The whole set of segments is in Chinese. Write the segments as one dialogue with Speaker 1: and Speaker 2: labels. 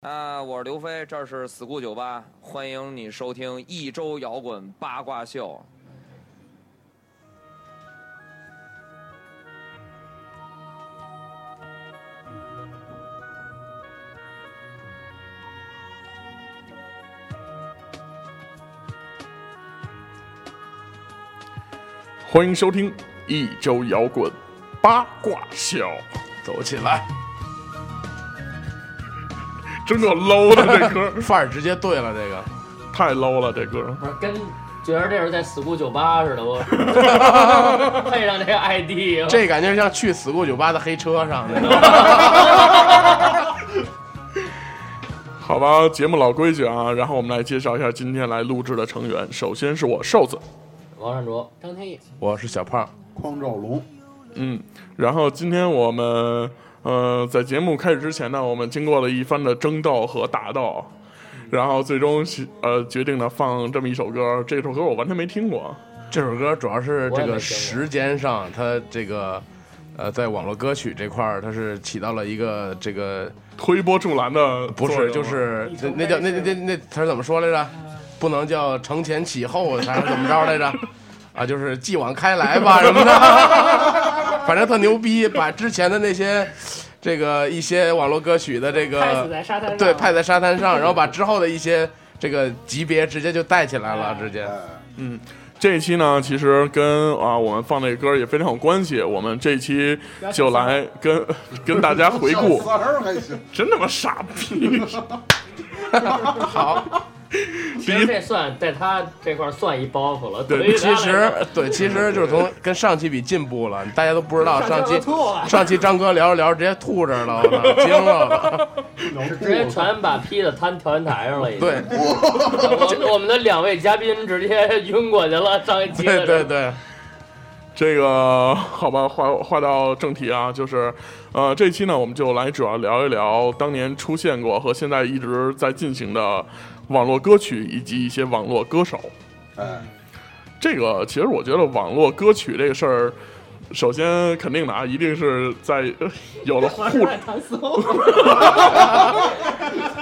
Speaker 1: 啊，我是刘飞，这是 school 酒吧，欢迎你收听一周摇滚八卦秀。
Speaker 2: 欢迎收听一周摇滚八卦秀，
Speaker 3: 走起来，
Speaker 2: 真够 low 的这 歌，
Speaker 3: 范儿直接对了，这个
Speaker 2: 太 low 了这歌。
Speaker 4: 不是跟觉得这是在 school 酒吧似 的，我配上这个 ID，
Speaker 3: 这感觉像去死 l 酒吧的黑车上那个。
Speaker 2: 好吧，节目老规矩啊，然后我们来介绍一下今天来录制的成员。首先是我瘦子，
Speaker 4: 王善卓、张天翼，
Speaker 3: 我是小胖，
Speaker 5: 匡兆龙，
Speaker 2: 嗯，然后今天我们呃在节目开始之前呢，我们经过了一番的争斗和打斗，然后最终是呃决定了放这么一首歌。这首歌我完全没听过，
Speaker 3: 这首歌主要是这
Speaker 4: 我也没听过
Speaker 3: 个时间上，它这个呃，在网络歌曲这块儿，它是起到了一个这个
Speaker 2: 推波助澜的
Speaker 3: 不
Speaker 2: 作
Speaker 3: 是
Speaker 2: 用啊
Speaker 3: 就是那那叫那那那那词儿怎么说来着？不能叫承前启后，还是怎么着来着？啊，就是继往开来吧什么的， 反正特牛逼，把之前的那些这个一些网络歌曲的这个
Speaker 6: 呃拍死在沙滩上
Speaker 3: 对，派在沙滩上，然后把之后的一些这个级别直接就带起来了，直接
Speaker 5: 哎
Speaker 2: 这一期呢，其实跟啊我们放这歌也非常有关系。我们这一期就来跟跟大家回顾
Speaker 5: 哎小，三儿还行，
Speaker 2: 真他妈傻逼！
Speaker 3: 好。
Speaker 4: 其实这算在他这块儿算一包袱了。
Speaker 2: 对
Speaker 4: 对于他
Speaker 3: 其
Speaker 4: 来
Speaker 3: 实对，其实就是从跟上期比进步了，大家都不知道上
Speaker 6: 上期
Speaker 3: 期
Speaker 6: 我吐
Speaker 4: 啊
Speaker 6: 了
Speaker 3: 上期张哥聊着聊着直接吐这儿了，我操，惊了。
Speaker 4: 说直接全把披子摊调音台上了，已经。啊
Speaker 3: 对，
Speaker 4: 我们我们的两位嘉宾直接 晕过去了，上一期的
Speaker 3: 对
Speaker 4: 时候
Speaker 3: 对对，
Speaker 2: 这个好吧，话话到正题啊，就是呃这一期呢，我们就来主要聊一聊当年出现过和现在一直在进行的网络歌曲以及一些网络歌手。
Speaker 5: 哎，
Speaker 2: 这个其实我觉得网络歌曲这个事儿，首先肯定的啊，一定是在有了
Speaker 6: 我
Speaker 2: 互
Speaker 6: 是在谈死我。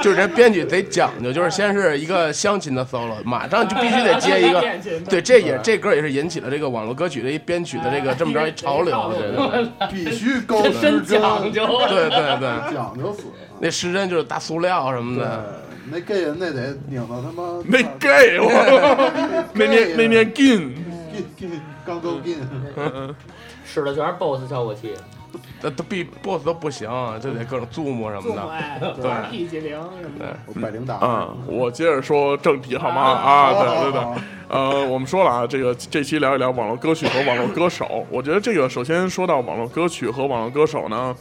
Speaker 3: 就是人编剧得讲究，就是先是一个相亲的 solo，马上就必须得接一个
Speaker 6: 恋情。的
Speaker 3: 对，这也这歌也是引起了这个网络歌曲的一编曲的这
Speaker 4: 哎
Speaker 3: 个这么着一潮流，我觉得。
Speaker 5: 必须高
Speaker 4: 这
Speaker 5: 时
Speaker 4: 真
Speaker 5: 针，
Speaker 4: 讲究啊。
Speaker 3: 对对对，
Speaker 5: 讲究死啊！
Speaker 3: 那时针就是大塑料什么
Speaker 5: 对
Speaker 3: 的，，
Speaker 5: 那 gay 人那得拧到他 妈
Speaker 2: 那 gay 我那
Speaker 5: 对
Speaker 2: 年那年 gin，
Speaker 5: gay 刚够劲，
Speaker 3: 嗯
Speaker 4: 使的全是 BOSS 效果器，
Speaker 3: 那都 B boss 都不行，就得各种 zoom 什
Speaker 6: 做
Speaker 3: 么
Speaker 6: 母
Speaker 4: 啊
Speaker 3: 的。
Speaker 6: 爱，玩 P 几零什么的，
Speaker 5: 我百灵达
Speaker 2: 啊，我接着说正题好吗？啊，对对对
Speaker 5: 好好好，
Speaker 2: 呃，我们说了啊，这个这期聊一聊网络歌曲和网络歌手。我觉得这个首先说到网络歌曲和网络歌手呢，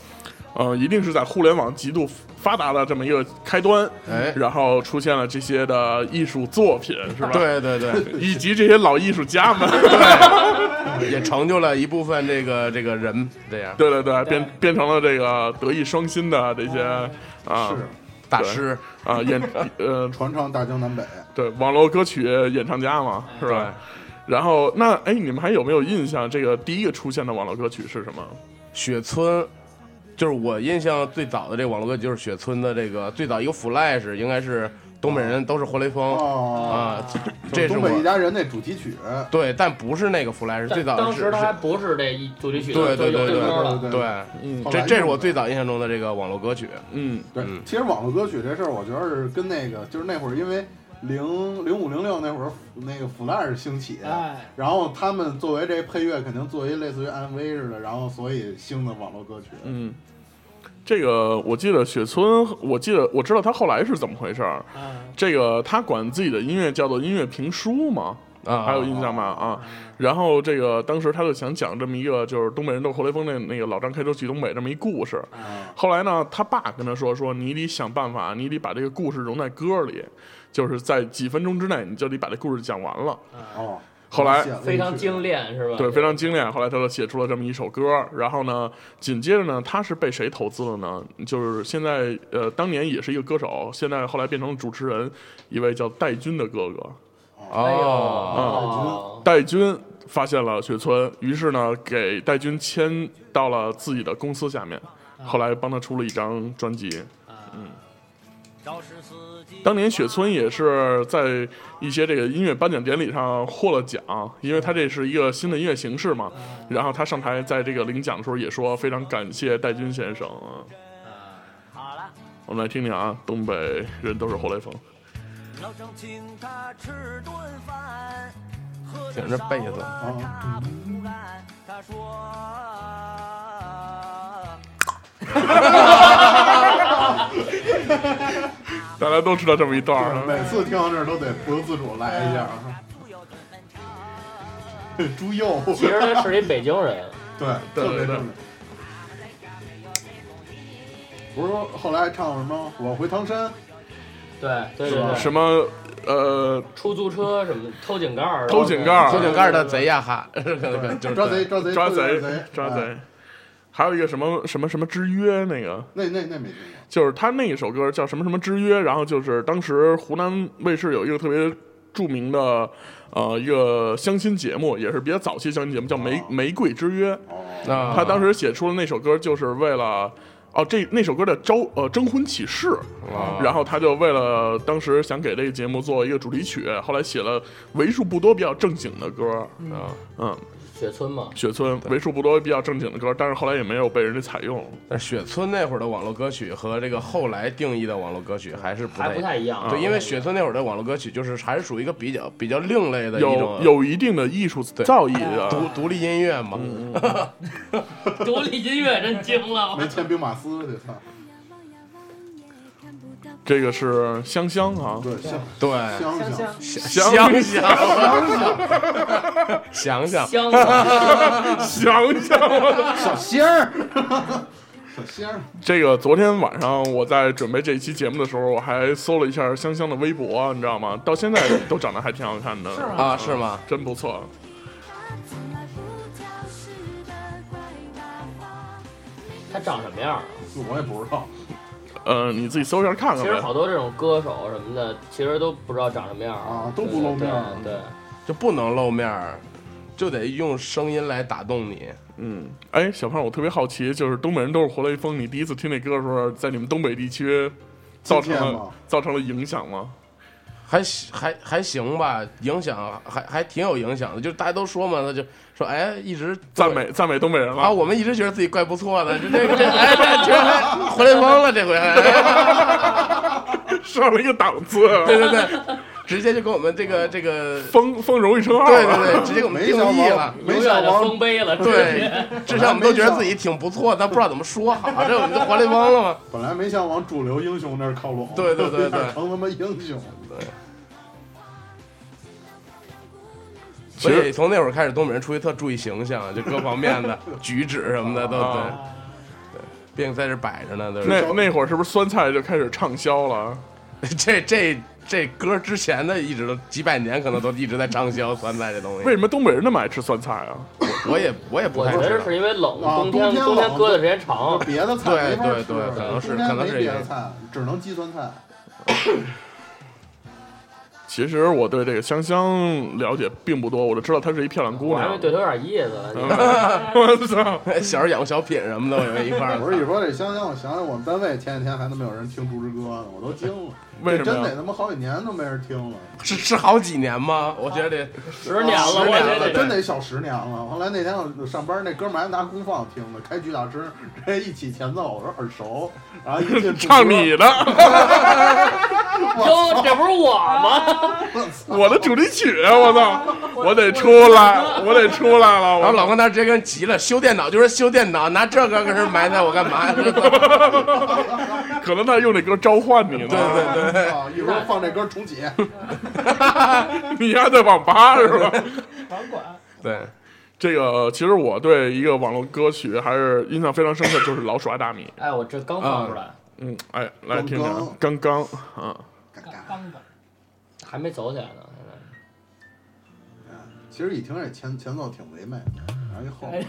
Speaker 2: 呃，一定是在互联网极度发达的这么一个开端，
Speaker 3: 哎，
Speaker 2: 然后出现了这些的艺术作品，是吧？，
Speaker 3: 对对对。
Speaker 2: 以及这些老艺术家们，
Speaker 3: 也成就了一部分这个这个人这样
Speaker 2: 对对对，变变成了这个德艺双馨的这些啊
Speaker 5: 是
Speaker 3: 大师，
Speaker 2: 啊演呃
Speaker 5: 传唱大江南北，
Speaker 2: 对，网络歌曲演唱家嘛，是吧？然后那哎，你们还有没有印象？这个第一个出现的网络歌曲是什么？
Speaker 3: 雪村，就是我印象最早的这个网络歌曲就是雪村的这个最早一个 Flash 应该是东北人都是活雷锋
Speaker 5: 哦，
Speaker 3: 啊，这是
Speaker 5: 东北一
Speaker 3: 我
Speaker 5: 家人那主题曲，
Speaker 3: 对，但不是那个 Flash，最早
Speaker 4: 当
Speaker 3: 的是
Speaker 4: 时他还不是这一主题曲
Speaker 3: 对
Speaker 4: 的，
Speaker 3: 对
Speaker 4: 就有
Speaker 3: 对
Speaker 4: 这歌了。
Speaker 5: 对
Speaker 3: 是对，
Speaker 2: 嗯
Speaker 5: 后
Speaker 3: 这
Speaker 5: 来就
Speaker 3: 这是我最早印象中的这个网络歌曲，
Speaker 2: 嗯，
Speaker 5: 对
Speaker 3: 嗯，
Speaker 5: 其实网络歌曲这事儿，我觉得是跟那个，就是那会儿因为零零五零六那会儿那个 Flash 兴起，
Speaker 6: 哎，
Speaker 5: 然后他们作为这配乐，肯定作为类似于 MV 似的，然后所以兴的网络歌曲，
Speaker 2: 嗯，这个我记得雪村，我记得我知道他后来是怎么回事儿。
Speaker 6: 嗯，
Speaker 2: 这个他管自己的音乐叫做音乐评书嘛，
Speaker 3: 啊
Speaker 2: 还有印象吗？啊，然后这个当时他就想讲这么一个，就是东北人斗活雷锋那那个老张开车去东北这么一故事。后来呢，他爸跟他说说，你得想办法，你得把这个故事融在歌里，就是在几分钟之内，你就得把这故事讲完了。
Speaker 5: 哦，
Speaker 2: 后来
Speaker 5: 写了一
Speaker 4: 嗯非常
Speaker 5: 曲
Speaker 4: 精炼是吧？
Speaker 2: 对，非常精炼。后来他就写出了这么一首歌，然后呢，紧接着呢，他是被谁投资了呢？就是现在呃，当年也是一个歌手，现在后来变成主持人，一位叫戴军的哥哥。
Speaker 4: 哎呦，
Speaker 3: 哦，
Speaker 4: 哦
Speaker 2: 戴军发现了雪村，于是呢给戴军签到
Speaker 3: 嗯
Speaker 4: 嗯
Speaker 2: 了自己的公司下面，后来帮他出了一张专辑。当年雪村也是在一些这个音乐颁奖典礼上获了奖，因为他这是一个新的音乐形式嘛。然后他上台在这个领奖的时候也说非常感谢戴军先生。啊，
Speaker 7: 嗯好了，
Speaker 2: 我们来听听啊，东北人都是活雷锋。
Speaker 7: 老张请他吃顿饭，喝
Speaker 3: 听
Speaker 7: 点
Speaker 3: 着
Speaker 7: 烧
Speaker 3: 被子
Speaker 7: 了他不干，他说。
Speaker 2: 大家都知道这么一段儿啊，
Speaker 5: 每次听到这儿都得不由自主来一下。 猪右，
Speaker 4: 其实他是一北京人，
Speaker 5: 对，特别正不是说后来唱什么“我回唐山
Speaker 4: 对对对对，
Speaker 2: 什么呃
Speaker 4: 出租车什么的偷井盖儿，然后
Speaker 2: 偷井盖儿
Speaker 3: 偷井盖儿的贼呀哈， 就”，是
Speaker 5: 抓贼抓贼
Speaker 2: 抓
Speaker 5: 贼哎
Speaker 2: 贼
Speaker 5: 抓
Speaker 2: 抓，贼，还有一个什么什么什么之约那个，
Speaker 5: 那那那没听过。
Speaker 2: 就是他那一首歌叫什么什么之约，然后就是当时湖南卫视有一个特别著名的呃一个相亲节目，也是比较早期相亲节目，叫《玫玫瑰之约》。
Speaker 5: 哦，
Speaker 3: 啊，
Speaker 2: 他当时写出了那首歌，就是为了。哦，这那首歌的招呃征婚启事，
Speaker 3: 哦
Speaker 2: 然后他就为了当时想给这个节目做一个主题曲，后来写了为数不多比较正经的歌，
Speaker 3: 啊，
Speaker 2: 嗯，
Speaker 4: 雪村嘛，
Speaker 2: 雪村为数不多比较正经的歌，但是后来也没有被人家采用。
Speaker 3: 但是雪村那会儿的网络歌曲和这个后来定义的网络歌曲还是不
Speaker 4: 还不
Speaker 3: 太。
Speaker 4: 太一样。
Speaker 3: 对，因 为雪村那会儿的网络歌曲就是还是属于一个比较比较另类的一
Speaker 2: 有
Speaker 3: 种呃
Speaker 2: 有一定的艺术造诣啊
Speaker 3: 独
Speaker 2: 的，
Speaker 3: 独立音乐嘛。
Speaker 4: 嗯独立音乐真惊了，
Speaker 5: 没签兵马司这操，
Speaker 2: 这个是香香啊，
Speaker 5: 对，哎 香
Speaker 3: 对，
Speaker 5: 香
Speaker 6: 香
Speaker 5: 香
Speaker 6: 香，
Speaker 2: 香
Speaker 3: 想想想想，
Speaker 4: 香啊！
Speaker 2: 香香。
Speaker 5: 小仙儿，小仙儿，
Speaker 2: 啊这个昨天晚上我在准备这一期节目的时候，我还搜了一下香香的微博，你知道吗？到现在都长得还挺好看的，
Speaker 3: 啊，是吗？
Speaker 2: 真不错。
Speaker 4: 他长什么样啊？
Speaker 5: 我也不知道。
Speaker 2: 呃，你自己搜一下看
Speaker 4: 其
Speaker 2: 看
Speaker 4: 实
Speaker 2: 呗。
Speaker 4: 好多这种歌手什么的，其实都不知道长什么样
Speaker 5: 啊都不露面儿
Speaker 4: 对对，
Speaker 3: 就不能露面儿，就得用声音来打动你。
Speaker 2: 嗯，哎，小胖，我特别好奇，就是东北人都是活雷锋，你第一次听这歌的时候，在你们东北地区造成
Speaker 5: 今天吗
Speaker 2: 了造成了影响吗？
Speaker 3: 还行还还行吧，影响还还挺有影响的。就大家都说嘛，那就说哎，一直
Speaker 2: 赞美赞美东北人
Speaker 3: 啊，
Speaker 2: 了。
Speaker 3: 我们一直觉得自己怪不错的，就这个这哎这居然还回来风了，这回哎
Speaker 2: 上了一个档 次，
Speaker 3: 对对对，直接就给我们这个这个
Speaker 2: 丰丰荣一称号。啊
Speaker 3: 对对对，直接给我们
Speaker 5: 没
Speaker 3: 定
Speaker 5: 小
Speaker 3: 义
Speaker 5: 王
Speaker 3: 了。，
Speaker 5: 没
Speaker 4: 永
Speaker 5: 小
Speaker 4: 远的
Speaker 5: 王
Speaker 4: 丰，碑了。
Speaker 3: 对，至少我们都觉得自己挺不错，但不知道怎么说好，这我们就活雷锋了嘛。
Speaker 5: 本来没想往主流英雄那儿靠拢，
Speaker 3: 对对对对
Speaker 5: 一下成他妈英雄。
Speaker 2: 其
Speaker 3: 所以
Speaker 2: 实
Speaker 3: 从那会儿开始，东北人出去特注意形象，就各方面 的举止什么的都对
Speaker 2: 啊，
Speaker 3: 毕竟在这摆着呢，对吧？
Speaker 2: 那那会儿是不是酸菜就开始畅销了？
Speaker 3: 这这这歌之前的一直都几百年，可能都一直在畅销酸菜这东
Speaker 2: 为
Speaker 3: 西。
Speaker 2: 什么东北人那么爱吃酸菜啊？
Speaker 3: 我也我也不
Speaker 4: 我
Speaker 3: 太
Speaker 4: 觉
Speaker 3: 知
Speaker 4: 得
Speaker 3: 道
Speaker 4: 是因为冷，
Speaker 5: 啊
Speaker 4: 冬天
Speaker 5: 冬天
Speaker 4: 冬天
Speaker 5: 冷
Speaker 4: 搁的时间长，
Speaker 5: 别的菜没法
Speaker 3: 对
Speaker 5: 吃，
Speaker 3: 对对可能是
Speaker 5: 冬天
Speaker 3: 可能
Speaker 5: 没
Speaker 3: 是
Speaker 5: 别
Speaker 3: 因
Speaker 5: 的
Speaker 3: 为
Speaker 5: 菜，只能鸡酸菜。
Speaker 2: 其实我对这个香香了解并不多，我就知道她是一漂亮姑
Speaker 4: 我还
Speaker 2: 娘
Speaker 4: 没。对他有点意思呢。
Speaker 3: 嗯
Speaker 4: 你
Speaker 2: 我操！
Speaker 3: 小时候养过小品什么的，我以为一块儿。
Speaker 5: 不是一说这香香，我想想我们单位前几天还他妈有人听《猪之歌》呢，我都惊 了。
Speaker 2: 为
Speaker 5: 这
Speaker 2: 什
Speaker 5: 真
Speaker 2: 么
Speaker 5: 得
Speaker 2: 呀？
Speaker 5: 他妈好几年都没人听了，
Speaker 3: 是是好几年吗？我觉得
Speaker 4: 十年了，
Speaker 5: 十
Speaker 4: 我
Speaker 5: 年
Speaker 4: 觉
Speaker 5: 了，
Speaker 4: 得
Speaker 5: 真得小十年了。后来那天我上班，那哥们儿还拿功放听呢，开局大师直接一起前奏，我说耳熟，然后一进 主歌
Speaker 2: 唱你， 的，
Speaker 4: 哟，这不是我
Speaker 5: 啊
Speaker 4: 吗？
Speaker 2: 我的主题曲，啊我操！我得出来，我得出来了。
Speaker 3: 然后
Speaker 2: 我
Speaker 3: 老关当时直接跟人急了，修电脑就是修电脑，拿这个跟人埋汰我干嘛呀？
Speaker 2: 可能他用这歌召唤你呢。
Speaker 3: 对对对
Speaker 5: 啊，一会儿放这歌重启，
Speaker 2: 你丫在网吧是吧？
Speaker 6: 网管
Speaker 3: 对，
Speaker 2: 这个其实我对一个网络歌曲还是印象非常深刻，就是《老鼠爱大米》。
Speaker 4: 哎，我这刚放出来，
Speaker 2: 嗯，哎，来听听，刚刚啊，
Speaker 6: 刚的，
Speaker 4: 还没走起来呢。现在
Speaker 3: 啊
Speaker 5: 其实一听这前前奏挺唯美的，然后一后面，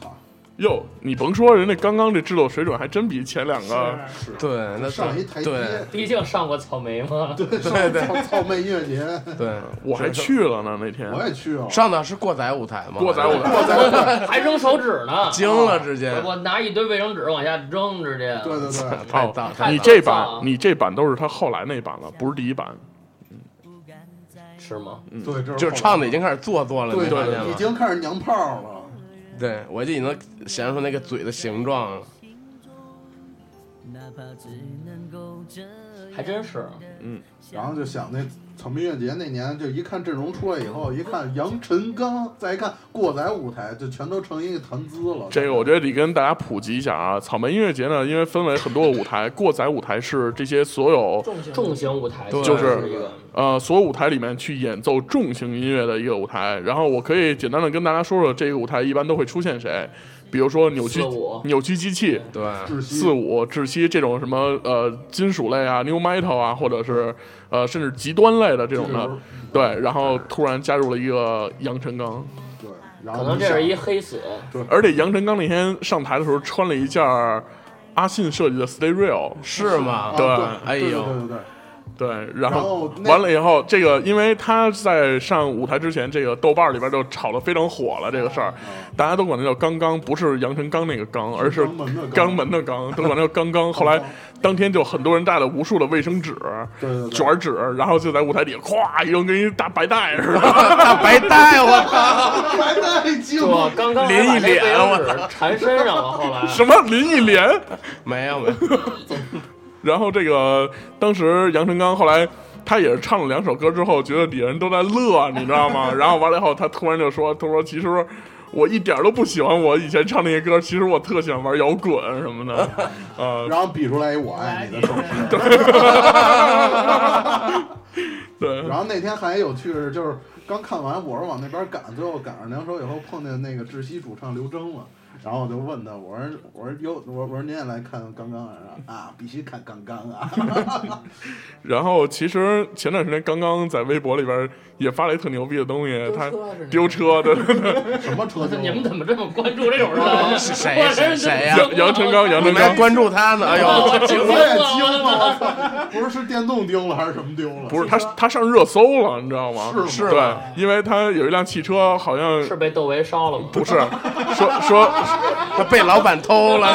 Speaker 5: 操，
Speaker 2: 哟，你甭说，人家刚刚这制作水准还真比前两个
Speaker 6: 是
Speaker 3: 对，那
Speaker 5: 上一台
Speaker 3: 对
Speaker 5: 阶，
Speaker 4: 毕竟上过草莓嘛。
Speaker 5: 对
Speaker 3: 对对
Speaker 5: 上草草莓音乐节，
Speaker 3: 对，
Speaker 2: 我还去了呢，那天
Speaker 5: 我也去啊，
Speaker 3: 上的是过载舞台吗？
Speaker 2: 过载舞台
Speaker 5: 过载，
Speaker 4: 还扔手指呢， 啊
Speaker 3: 惊了，直接
Speaker 4: 我拿一堆卫生纸往下扔，直接。
Speaker 5: 对对对，
Speaker 3: 太大
Speaker 2: 哦，你这版你这版都是他后来那版了，不是第一版。
Speaker 4: 是吗？
Speaker 5: 对，这
Speaker 3: 嗯就是唱的已经开始做作了，
Speaker 5: 对
Speaker 3: 你发现
Speaker 5: 对，已
Speaker 3: 吗？
Speaker 5: 经开始娘炮了。
Speaker 3: 对，我就已经能显出那个嘴的形状了。
Speaker 4: 还真是，
Speaker 7: 啊
Speaker 2: 嗯
Speaker 5: 然后就想那草莓音乐节那年，就一看阵容出来以后，一看杨晨刚，再一看过载舞台，就全都成一个谈资了。
Speaker 2: 这个我觉得得跟大家普及一下啊，草莓音乐节呢，因为分为很多个舞台，过载舞台是这些所有
Speaker 6: 重型
Speaker 4: 重型舞台
Speaker 3: 对
Speaker 2: 就是
Speaker 4: 是一个
Speaker 2: 呃所有舞台里面去演奏重型音乐的一个舞台。然后我可以简单的跟大家说说这个舞台一般都会出现谁，比如说扭曲
Speaker 4: 四五
Speaker 2: 扭曲机器。
Speaker 3: 对，
Speaker 5: 窒息
Speaker 2: 四五、窒息这种什么呃金属类啊、new metal 啊，或者是呃甚至极端类的这种的，对，然后突然加入了一个杨臣刚，
Speaker 5: 对，然
Speaker 4: 可
Speaker 5: 后
Speaker 4: 能这是一 黑死，
Speaker 2: 而且杨臣刚那天上台的时候穿了一件儿阿信设计的 stereo，
Speaker 3: 是吗
Speaker 5: 啊？
Speaker 2: 对
Speaker 3: 哎
Speaker 5: 对对
Speaker 3: 呦
Speaker 5: 对对对，
Speaker 2: 对，然
Speaker 5: 然
Speaker 2: 后
Speaker 5: 后那
Speaker 2: 完了以后，这个因为他在上舞台之前，这个豆瓣里边就炒得非常火了这个事儿，大家都管他叫“刚刚”，不是杨臣刚那个“刚”，而是
Speaker 5: 肛门
Speaker 2: 肛门
Speaker 5: 的肛
Speaker 2: 的“刚”，都管他叫“刚刚”。后来当天就很多人带了无数的卫生纸
Speaker 5: 对对、对
Speaker 2: 卷纸，然后就在舞台底下咵一扔，跟一大白带似的。
Speaker 3: 大白带，我操！
Speaker 5: 白带精
Speaker 4: 是吧？刚刚
Speaker 3: 淋一脸
Speaker 4: 我缠身上了，后来
Speaker 2: 什么林忆莲？
Speaker 3: 没有没有，
Speaker 2: 然后这个当时杨臣刚后来他也是唱了两首歌之后，觉得底下人都在乐，你知道吗？然后完了以后，他突然就说：“他说其实我一点都不喜欢我以前唱那些歌，其实我特喜欢玩摇滚什么的。呃，
Speaker 5: 然后比出来一我爱你的手势。
Speaker 2: 对，
Speaker 5: 然后那天还有趣是，就是刚看完，我是往那边赶，最后赶上两手以后碰见那个窒息主唱刘铮了。然后我就问他，我说我说哟，我说您也来看刚刚啊？啊，必须看刚刚啊！
Speaker 2: 然后其实前段时间刚刚在微博里边也发了一特牛逼的东西，他丢车的
Speaker 5: 什么车 就
Speaker 4: 你们怎么这么关注这种事儿？啊
Speaker 3: 是谁呀谁谁呀
Speaker 2: 杨杨臣刚，杨
Speaker 3: 你
Speaker 2: 臣
Speaker 3: 们还
Speaker 2: 刚。
Speaker 3: 关注他呢？哎
Speaker 5: 我
Speaker 3: 呦，
Speaker 5: 也惊了，我操！不是是电动丢了还是什么丢了？
Speaker 2: 不是他，他上热搜了，你知道吗？
Speaker 5: 是
Speaker 3: 是
Speaker 2: 对
Speaker 3: 吗，
Speaker 2: 因为他有一辆汽车，好像
Speaker 4: 是被窦唯烧了吗？
Speaker 2: 不是说说
Speaker 3: 他被老板偷了，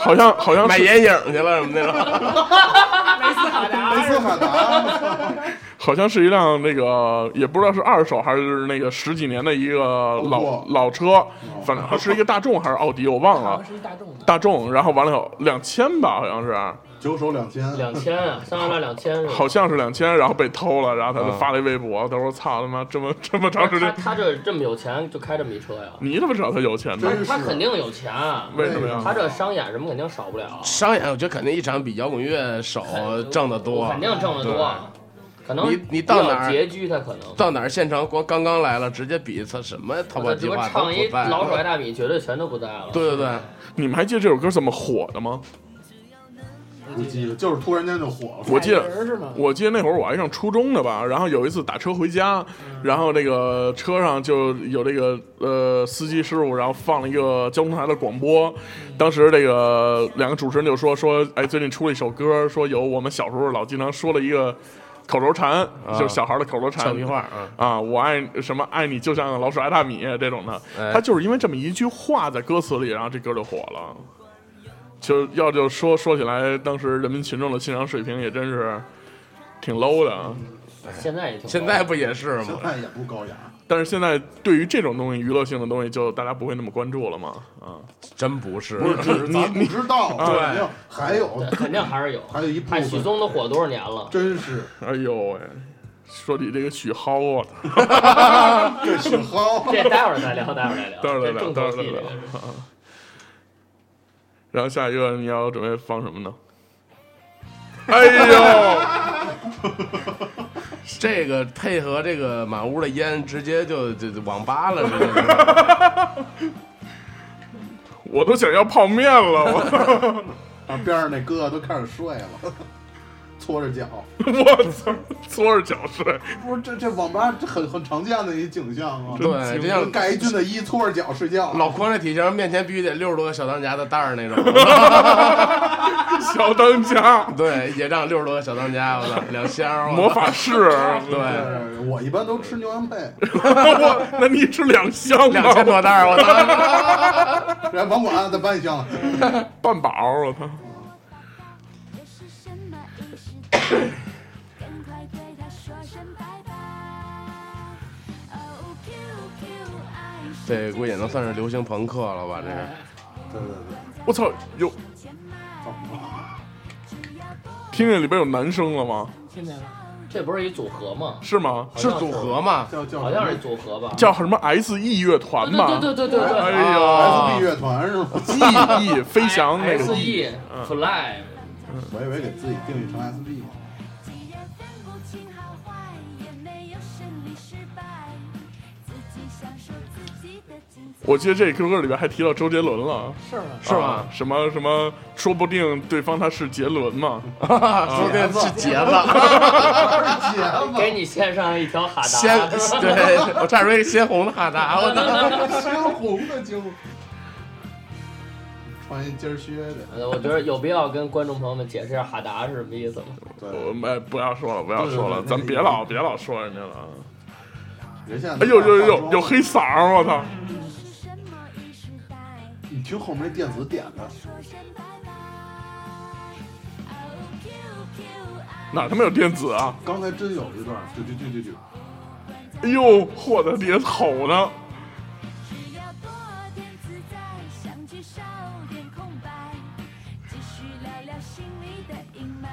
Speaker 2: 好像好像
Speaker 3: 买
Speaker 2: 是
Speaker 3: 眼影去了什么那种。
Speaker 6: 梅斯卡达
Speaker 5: 斯卡达，
Speaker 2: 好像是一辆那个也不知道是二手还是那个十几年的一个老
Speaker 5: 哦
Speaker 2: 老车，反正是一个大众还是奥迪，我忘
Speaker 6: 好
Speaker 2: 了
Speaker 6: 像。是一大众的，
Speaker 2: 大众，然后完了有两千吧，好像是，
Speaker 5: 九手两千，
Speaker 4: 两千啊，三十万两千是吧
Speaker 2: 好像是两千，然后被偷了，然后他就
Speaker 3: 嗯
Speaker 2: 发了一微博，他说：“操他妈，这么这么长时
Speaker 4: 他
Speaker 2: 间，
Speaker 4: 他这这么有钱就开这么一车呀？
Speaker 2: 你怎么知道他有钱呢？
Speaker 5: 真是
Speaker 4: 他肯定有钱，啊
Speaker 2: 为什么呀？
Speaker 4: 他这商演什么肯定少不了，
Speaker 3: 商演我觉得肯定一场比摇滚乐手哦挣得多，
Speaker 4: 肯定挣得多。可能
Speaker 3: 你你到哪儿
Speaker 4: 比较拮据，他可能。
Speaker 3: 到哪儿现场光刚刚来了，直接比他什么淘宝
Speaker 4: 我只
Speaker 3: 计
Speaker 4: 不过
Speaker 3: 划都
Speaker 4: 唱一
Speaker 3: 不在。
Speaker 4: 老鼠爱大米，绝对全都不在了。
Speaker 3: 对对 对，
Speaker 2: 你们还记得这首歌怎么火的吗？
Speaker 5: 不记得，就是突然间就火了。
Speaker 2: 我记得
Speaker 6: 海人是吗？
Speaker 2: 我记得那会儿我还上初中呢吧，然后有一次打车回家，
Speaker 6: 嗯
Speaker 2: 然后那个车上就有这个呃司机师傅，然后放了一个交通台的广播，
Speaker 6: 嗯
Speaker 2: 当时这个两个主持人就说说，哎，最近出了一首歌，说有我们小时候老经常说的一个口头禅，就是小孩的口头禅，
Speaker 3: 俏皮话啊，
Speaker 4: 嗯
Speaker 2: 啊，我爱什么爱你就像老鼠爱大米这种的
Speaker 3: 哎，
Speaker 2: 他就是因为这么一句话在歌词里，然后这歌就火了。就要就说说起来，当时人民群众的欣赏水平也真是挺 low 的。啊
Speaker 4: 现在也挺。
Speaker 3: 现在不也是
Speaker 5: 现
Speaker 3: 吗？
Speaker 5: 在也不高雅，
Speaker 2: 但是现在对于这种东西，娱乐性的东西，就大家不会那么关注了嘛。啊，
Speaker 3: 真不是，
Speaker 5: 不是只是咱不知道，肯定还有
Speaker 4: 肯定还是有。
Speaker 5: 还有一部
Speaker 4: 看许
Speaker 5: 分，
Speaker 4: 嵩都火多少年了，
Speaker 5: 真是
Speaker 2: 哎呦喂，说起这个许蒿啊，
Speaker 5: 这许蒿，
Speaker 4: 这待会儿再聊，待会儿再聊，
Speaker 2: 待会儿再
Speaker 4: 这
Speaker 2: 聊，
Speaker 4: 重
Speaker 2: 待
Speaker 4: 头
Speaker 2: 会儿再
Speaker 4: 戏
Speaker 2: 聊
Speaker 4: 这个是。
Speaker 2: 啊。然后下一个你要准备放什么呢？ 哎呦，
Speaker 3: 这个配合这个满屋的烟，直接就就就网吧了，直接就。
Speaker 2: 我都想要泡面了，我。
Speaker 5: 啊，边上那哥都开始睡了。搓着脚，
Speaker 2: 我操，搓着脚睡，
Speaker 5: 不是这这网吧这很很常见的一景象啊，
Speaker 3: 对，就像
Speaker 5: 盖一军的衣，搓着脚睡觉，
Speaker 3: 老匡这体型，面前必须得六十多个小当家的袋儿那种。
Speaker 2: 小当家，
Speaker 3: 对，野仗六十多个小当家，我操，两箱儿，我操
Speaker 2: 魔法师，
Speaker 3: 对，
Speaker 5: 对，我一般都吃牛羊配，
Speaker 2: 我那你吃两箱
Speaker 3: 两千
Speaker 2: 吗？
Speaker 3: 多袋儿，我操，
Speaker 5: 然后甭管再搬一箱来。
Speaker 2: 半饱，我操！
Speaker 8: 又是什么一时的赶快对他说声拜拜。哦，Q Q 爱 是
Speaker 3: 这估计也能算是流行朋克了吧？这
Speaker 4: 哎
Speaker 3: 是
Speaker 5: 对对对，
Speaker 2: 我操，有
Speaker 8: 千迈，只要不
Speaker 2: 听见里边有男声了吗？
Speaker 4: 听见了？这不是一组合吗？
Speaker 2: 是吗？
Speaker 4: 好像
Speaker 3: 是组合吗？
Speaker 5: 叫叫
Speaker 4: 好像是组合吧？
Speaker 2: 叫什么 S E 乐团吧？
Speaker 4: 对对对对对对
Speaker 3: 啊
Speaker 2: 哎
Speaker 4: 对
Speaker 2: 呦
Speaker 5: S B 乐团是吗？
Speaker 2: ，E E 飞翔那个
Speaker 4: S E Fly，
Speaker 5: 我以为给自己定义成 S B
Speaker 8: 既然分不清好坏，也没有胜利失败，自己享受自己的精彩。
Speaker 2: 我记得这首歌里边还提到周杰伦了，
Speaker 4: 是吗？
Speaker 3: 是
Speaker 2: 啊
Speaker 3: 吗？
Speaker 2: 什么什么，说不定对方他是杰伦嘛？
Speaker 3: 哎说的是杰子，
Speaker 5: 节
Speaker 4: 给你献上一条哈
Speaker 3: 鲜
Speaker 4: 达，
Speaker 3: 对我差点说一鲜红的哈达，我操，
Speaker 5: 嘛，鲜红的就穿一尖靴的，
Speaker 4: 呃我觉得有必要跟观众朋友们解释一下哈达是什么意思吗？
Speaker 5: 对，
Speaker 2: 我们不要说了，不要说了，
Speaker 5: 对对对
Speaker 2: 咱别老别老说人家了。啊
Speaker 5: 人现在
Speaker 2: 哎呦呦呦呦，有黑嗓儿，啊我操！
Speaker 8: 又是什么一时代？
Speaker 5: 你听后面那电子点的，
Speaker 8: 说声拜拜。哦，Q Q 爱
Speaker 2: 哪他妈有电子啊？
Speaker 5: 刚才真有一段，就就就就就，
Speaker 2: 哎呦，嚯在底下吼呢！
Speaker 8: 只要多点自在，相聚少点空白，继续聊聊心里的阴霾。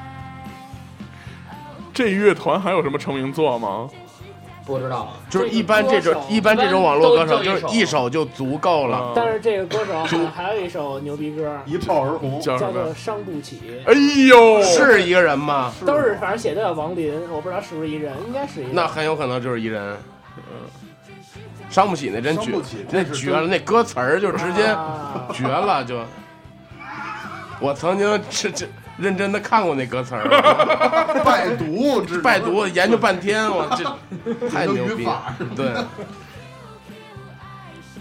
Speaker 8: 哦，
Speaker 2: 这乐团还有什么成名作吗？
Speaker 8: 真是在
Speaker 4: 不知道，啊
Speaker 3: 就是一般这种一般这种网络歌手，就是一首就足够了。
Speaker 6: 但是这个歌手好像还有一首牛逼歌，
Speaker 5: 一炮而红，
Speaker 2: 叫什
Speaker 6: 叫
Speaker 2: 么
Speaker 6: 做
Speaker 2: 呀
Speaker 6: 《？伤不起
Speaker 2: 哎呦，
Speaker 3: 是一个人吗？
Speaker 5: 是》，吗
Speaker 6: 都是反正写的叫王林，我不知道是不是一人，应该是一人。
Speaker 3: 那很有可能就是一人。嗯伤不起那真绝
Speaker 5: 伤不起，
Speaker 3: 那
Speaker 5: 这是
Speaker 3: 绝了，那歌词儿就直接
Speaker 6: 啊
Speaker 3: 绝了就。我曾经这这认真的看过那歌词儿，
Speaker 5: 拜读 之
Speaker 3: 拜读研究半天，我这太牛逼了。对，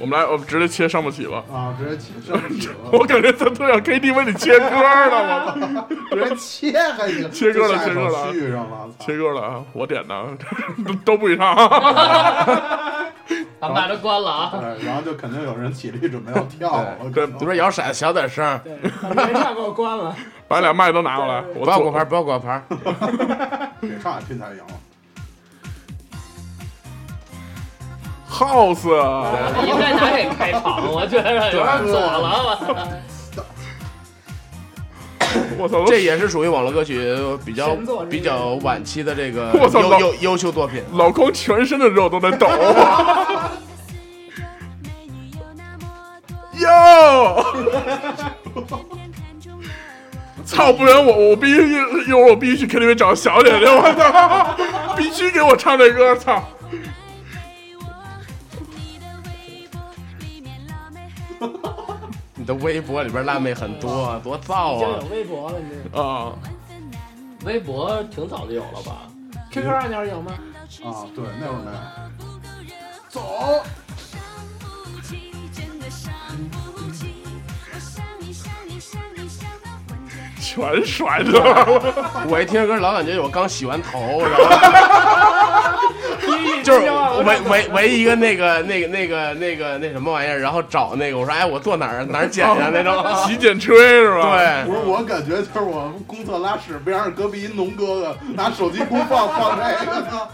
Speaker 2: 我们来，我们直接切伤不起吧。
Speaker 5: 啊，直接切上不起了，
Speaker 2: 我感觉咱都要 KTV 里切歌了，我操！
Speaker 5: 直接切还行，
Speaker 2: 切歌了
Speaker 5: 就下一首
Speaker 2: 切歌了
Speaker 5: 续上了，操
Speaker 2: 切歌了啊，我点的啊， 都都不许唱啊。
Speaker 4: 咱们把它关了啊！
Speaker 5: 对，然后就肯定有人起立准备要跳了，
Speaker 2: 对
Speaker 5: 可能
Speaker 3: 你说摇骰子小点声儿，
Speaker 6: 对，把原唱给我 关了。
Speaker 2: 把俩麦都拿过来，我
Speaker 3: 不要
Speaker 2: 做
Speaker 3: 挂牌，不要挂牌。
Speaker 5: 得上去才赢了。
Speaker 2: House，
Speaker 4: 应该拿这开场，我觉得有点左了。
Speaker 2: 我操，
Speaker 3: 这也是属于网络歌曲比较
Speaker 6: 神作之一
Speaker 3: 比较晚期的这个
Speaker 2: 我操
Speaker 3: 优
Speaker 2: 老
Speaker 3: 优优秀作品。
Speaker 2: 老公全身的肉都在抖。
Speaker 8: 一个四周，美女有那么
Speaker 2: 哟，
Speaker 8: 多，偏偏看中了我。
Speaker 2: 操！不然我我必须一会儿我必须去 KTV 找小姐去，我操！ 必须给我唱这歌，操！
Speaker 8: 空白给我你的微博，
Speaker 3: 你的微博
Speaker 8: 里面辣妹很多。
Speaker 3: 里边辣妹很多，多
Speaker 6: 已
Speaker 3: 燥
Speaker 6: 经有
Speaker 3: 啊！
Speaker 6: 微博了，你这
Speaker 2: 啊，
Speaker 8: 万分难
Speaker 4: 微博挺早就有了吧？
Speaker 6: QQ 按钮有吗？
Speaker 8: 到痴
Speaker 5: 啊，
Speaker 8: 心
Speaker 5: 对，那会儿没有。
Speaker 8: 不够热，
Speaker 5: 走，
Speaker 8: 伤不起，真的伤不起。我想你想你想你想到昏厥。
Speaker 2: 全甩出来了。
Speaker 3: 我一听这歌，老感觉我刚洗完头，然后 就是唯唯唯一一个那个那个那个那个那什么玩意儿，然后找那个我说哎，我坐哪儿哪儿捡呀那 种。
Speaker 2: 洗剪吹是吧？，
Speaker 5: 不
Speaker 3: 对，
Speaker 5: 是，我感觉就是我公厕拉屎边上隔壁一农哥哥拿手机公放放这个呢，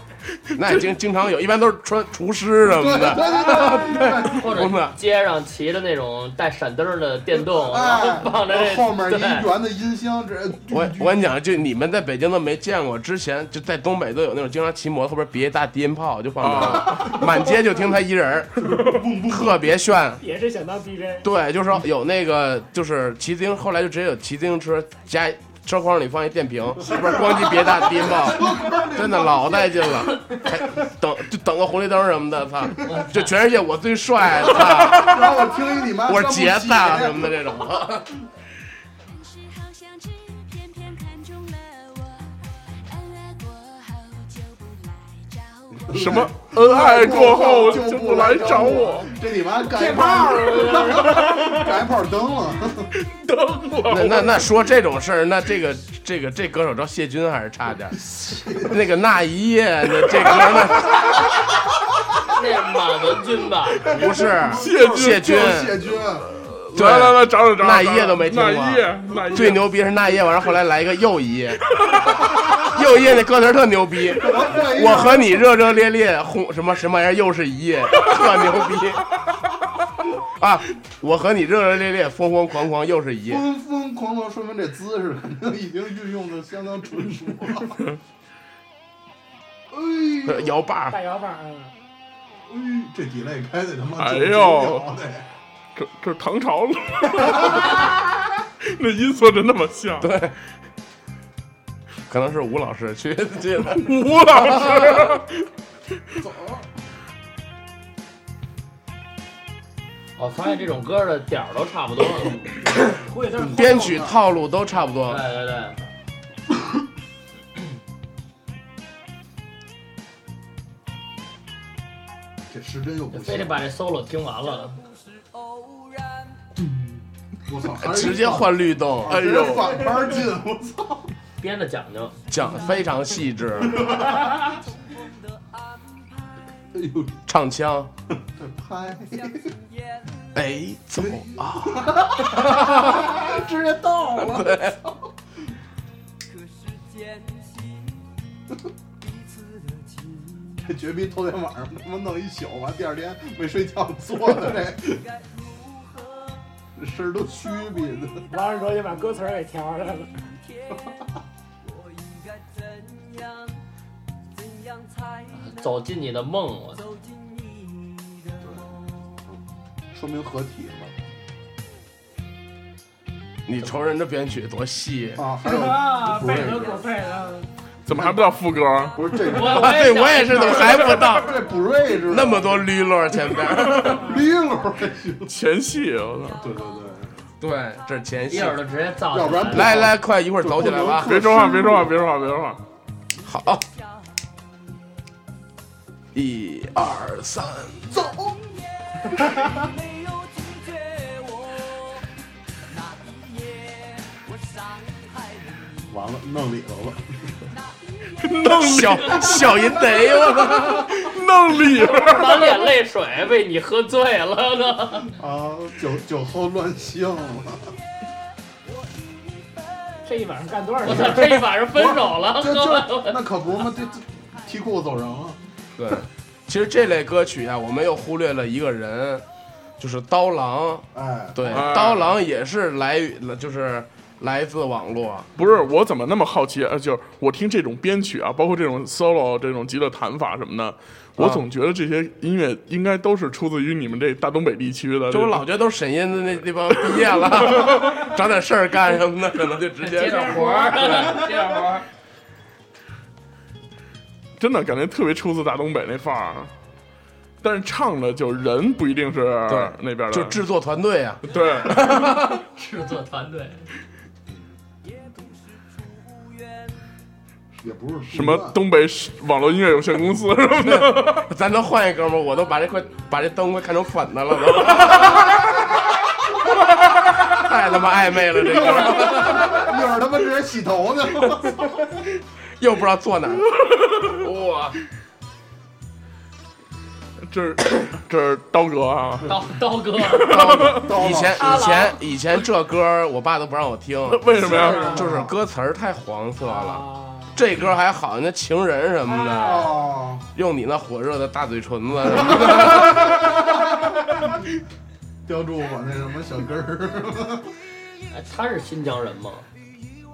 Speaker 3: 那也经经常有，一般都是穿厨师什
Speaker 5: 对
Speaker 3: 么
Speaker 5: 对
Speaker 3: 的。
Speaker 5: 对对对，
Speaker 4: 或者街上骑着那种带闪灯的电动，然
Speaker 5: 哎
Speaker 4: 后放着那，
Speaker 5: 后面一
Speaker 4: 对
Speaker 5: 圆的音箱，这
Speaker 3: 我
Speaker 6: 嗯
Speaker 3: 我跟你讲，就你们在北京都没见过，之前就在东北都有那种经常骑摩托后边别一大低音炮，就放这
Speaker 6: 啊
Speaker 3: 个， 满街就听他一人儿，特别炫。
Speaker 6: 也是想当 DJ，
Speaker 3: 对，就是说有那个，就是骑自行，后来就直接有骑自行车加车筐里放一电瓶， 后边咣叽别大低音炮， 真的老带劲了。还等就等个红绿灯什么的，操！就全世界我最帅，操！
Speaker 5: 然后我听一你妈，
Speaker 3: 我是杰子啊什么的
Speaker 5: 的，
Speaker 3: 这种。
Speaker 8: 是好想知，偏偏看中了我。
Speaker 2: 什么恩爱过后
Speaker 5: 就
Speaker 2: 就
Speaker 5: 不
Speaker 2: 不来
Speaker 5: 找
Speaker 2: 找我，，
Speaker 5: 这你妈
Speaker 6: 借
Speaker 5: 干一
Speaker 6: 炮
Speaker 5: 炮，
Speaker 6: 了，
Speaker 5: 干一炮灯了。
Speaker 2: 灯
Speaker 3: 那
Speaker 2: 了。
Speaker 3: 那那说这种事儿，那这个这个这歌手叫谢军还是差点儿，那个那一夜，那这歌
Speaker 4: 那是马文君吧？
Speaker 3: 那不是
Speaker 2: 谢军
Speaker 3: 谢军，
Speaker 5: 就是谢军，
Speaker 3: 对
Speaker 2: 来来来，找找找，
Speaker 3: 那一
Speaker 2: 找
Speaker 3: 夜都没听过
Speaker 2: 那一夜，那一夜
Speaker 3: 最牛逼是那夜，完了后来来一个又一夜， 又一夜那歌词儿特牛逼，我和你热热烈烈，轰什么什么玩意儿，又是一夜，特牛逼。啊！我和你热热烈烈，疯疯狂狂，又是一夜。
Speaker 5: 疯疯狂狂，说明这姿势肯定已经运用的相当纯熟了。哎呦，
Speaker 3: 摇把儿
Speaker 6: 大摇把儿啊，
Speaker 5: 哎，这 delay 开的他妈
Speaker 2: 哎
Speaker 5: 九十
Speaker 2: 呦
Speaker 5: 秒得
Speaker 2: 这这是唐朝了， 那音色真那么像。对，
Speaker 3: 可能是吴老师去去的。
Speaker 2: 吴老师，
Speaker 5: 走，
Speaker 4: 我发现这种歌的点儿都差不多了。
Speaker 6: 估计他是
Speaker 3: 编曲套路都差不多
Speaker 4: 对。对对，
Speaker 5: 这时针又不
Speaker 4: 就非
Speaker 5: 行
Speaker 4: 得，把这 solo 听完了。
Speaker 7: 偶然。
Speaker 5: 我操，还是
Speaker 3: 直接换律动，
Speaker 5: 直
Speaker 3: 哎
Speaker 5: 接
Speaker 3: 呦，
Speaker 5: 反拍进，我操！
Speaker 4: 编的讲究，
Speaker 3: 讲得非常细致，
Speaker 5: 哎呦，
Speaker 3: 唱腔，
Speaker 5: 这拍，
Speaker 3: 哎，走啊，
Speaker 5: 直接到了。
Speaker 7: 可是捡起彼此的记忆，
Speaker 5: 这绝逼头天晚上他妈弄一宿吧，第二天没睡觉做的
Speaker 7: 该如何
Speaker 5: 这声儿都虚逼的。
Speaker 6: 王二卓也把歌词儿给调出来了，
Speaker 7: 填？我应该怎样？怎样才能
Speaker 4: 走进你的梦，我操
Speaker 7: 走进你的梦？
Speaker 5: 说明合体了
Speaker 3: 你瞅人这编曲多细，
Speaker 5: 啊！还有
Speaker 6: 啊，背得够背的，
Speaker 2: 怎么还不到副歌？
Speaker 5: 不是这
Speaker 4: 我
Speaker 3: 啊，对
Speaker 4: 想
Speaker 3: 我也是，怎么还不到？
Speaker 5: 这不睿智，
Speaker 3: 那么多绿落前边儿，
Speaker 5: 利落的行。
Speaker 2: 前戏，我操！
Speaker 5: 对对对，
Speaker 3: 对，这是前
Speaker 4: 一
Speaker 3: 戏。
Speaker 4: 耳朵直接造
Speaker 5: 要不然
Speaker 4: 起
Speaker 3: 来来，快一会儿走起来吧
Speaker 5: 就。
Speaker 2: 别说话，别说话，别说话，别说话。
Speaker 3: 好，一二三，
Speaker 7: 没有拒绝我，那一夜我伤害了你。
Speaker 5: 完了弄里头了，
Speaker 2: 弄里
Speaker 3: 小小淫贼，我操！
Speaker 2: 弄里边儿，
Speaker 4: 满脸泪水，被你喝醉了呢。
Speaker 5: 啊，酒酒后乱性了，
Speaker 6: 这一晚上干多少
Speaker 4: 我
Speaker 6: 事
Speaker 4: 操
Speaker 6: 儿，？
Speaker 4: 这一晚上分手了，
Speaker 5: 这
Speaker 4: 喝完
Speaker 5: 这
Speaker 4: 了。
Speaker 5: 那可不嘛，这这提裤子走人了，
Speaker 3: 对，其实这类歌曲啊，我们又忽略了一个人，就是刀郎。
Speaker 5: 哎，
Speaker 3: 对，
Speaker 2: 啊
Speaker 3: 刀郎也是来，就是来自网络。
Speaker 2: 不是我怎么那么好奇啊？就是我听这种编曲啊，包括这种 solo、这种吉他弹法什么的，
Speaker 3: 啊
Speaker 2: 我总觉得这些音乐应该都是出自于你们这大东北地区的。
Speaker 3: 就我老觉得都是沈音的那那帮毕 业了，找点事儿干什么的，可能就直接
Speaker 4: 接点活儿，接点活儿。
Speaker 2: 真的感觉特别出自大东北那范儿，啊但是唱的就人不一定是
Speaker 3: 对
Speaker 2: 那边的，
Speaker 3: 就制作团队啊，
Speaker 2: 对，
Speaker 4: 制作团队，
Speaker 5: 也不是
Speaker 2: 什么东北网络音乐有限公司什么的，
Speaker 3: 咱能换一哥们儿，我都把这快把这灯快看成粉的了 都，太他妈暧昧了，这哥们儿
Speaker 5: 一会儿他妈直接洗头呢，我操
Speaker 3: 又不知道坐哪儿，哇，
Speaker 2: 这是 这是刀哥啊，
Speaker 4: 刀刀 哥，
Speaker 5: 刀
Speaker 3: 以前以前以前这歌儿我爸都不让我听，
Speaker 2: 为什么呀？
Speaker 3: 就是啊歌词儿太黄色了。
Speaker 6: 啊，
Speaker 3: 这歌儿还好，那情人什么的，
Speaker 5: 哦，
Speaker 3: 用你那火热的大嘴唇子什 么的，
Speaker 5: 叼住我那什么小根儿，
Speaker 4: 哎他是新疆人吗？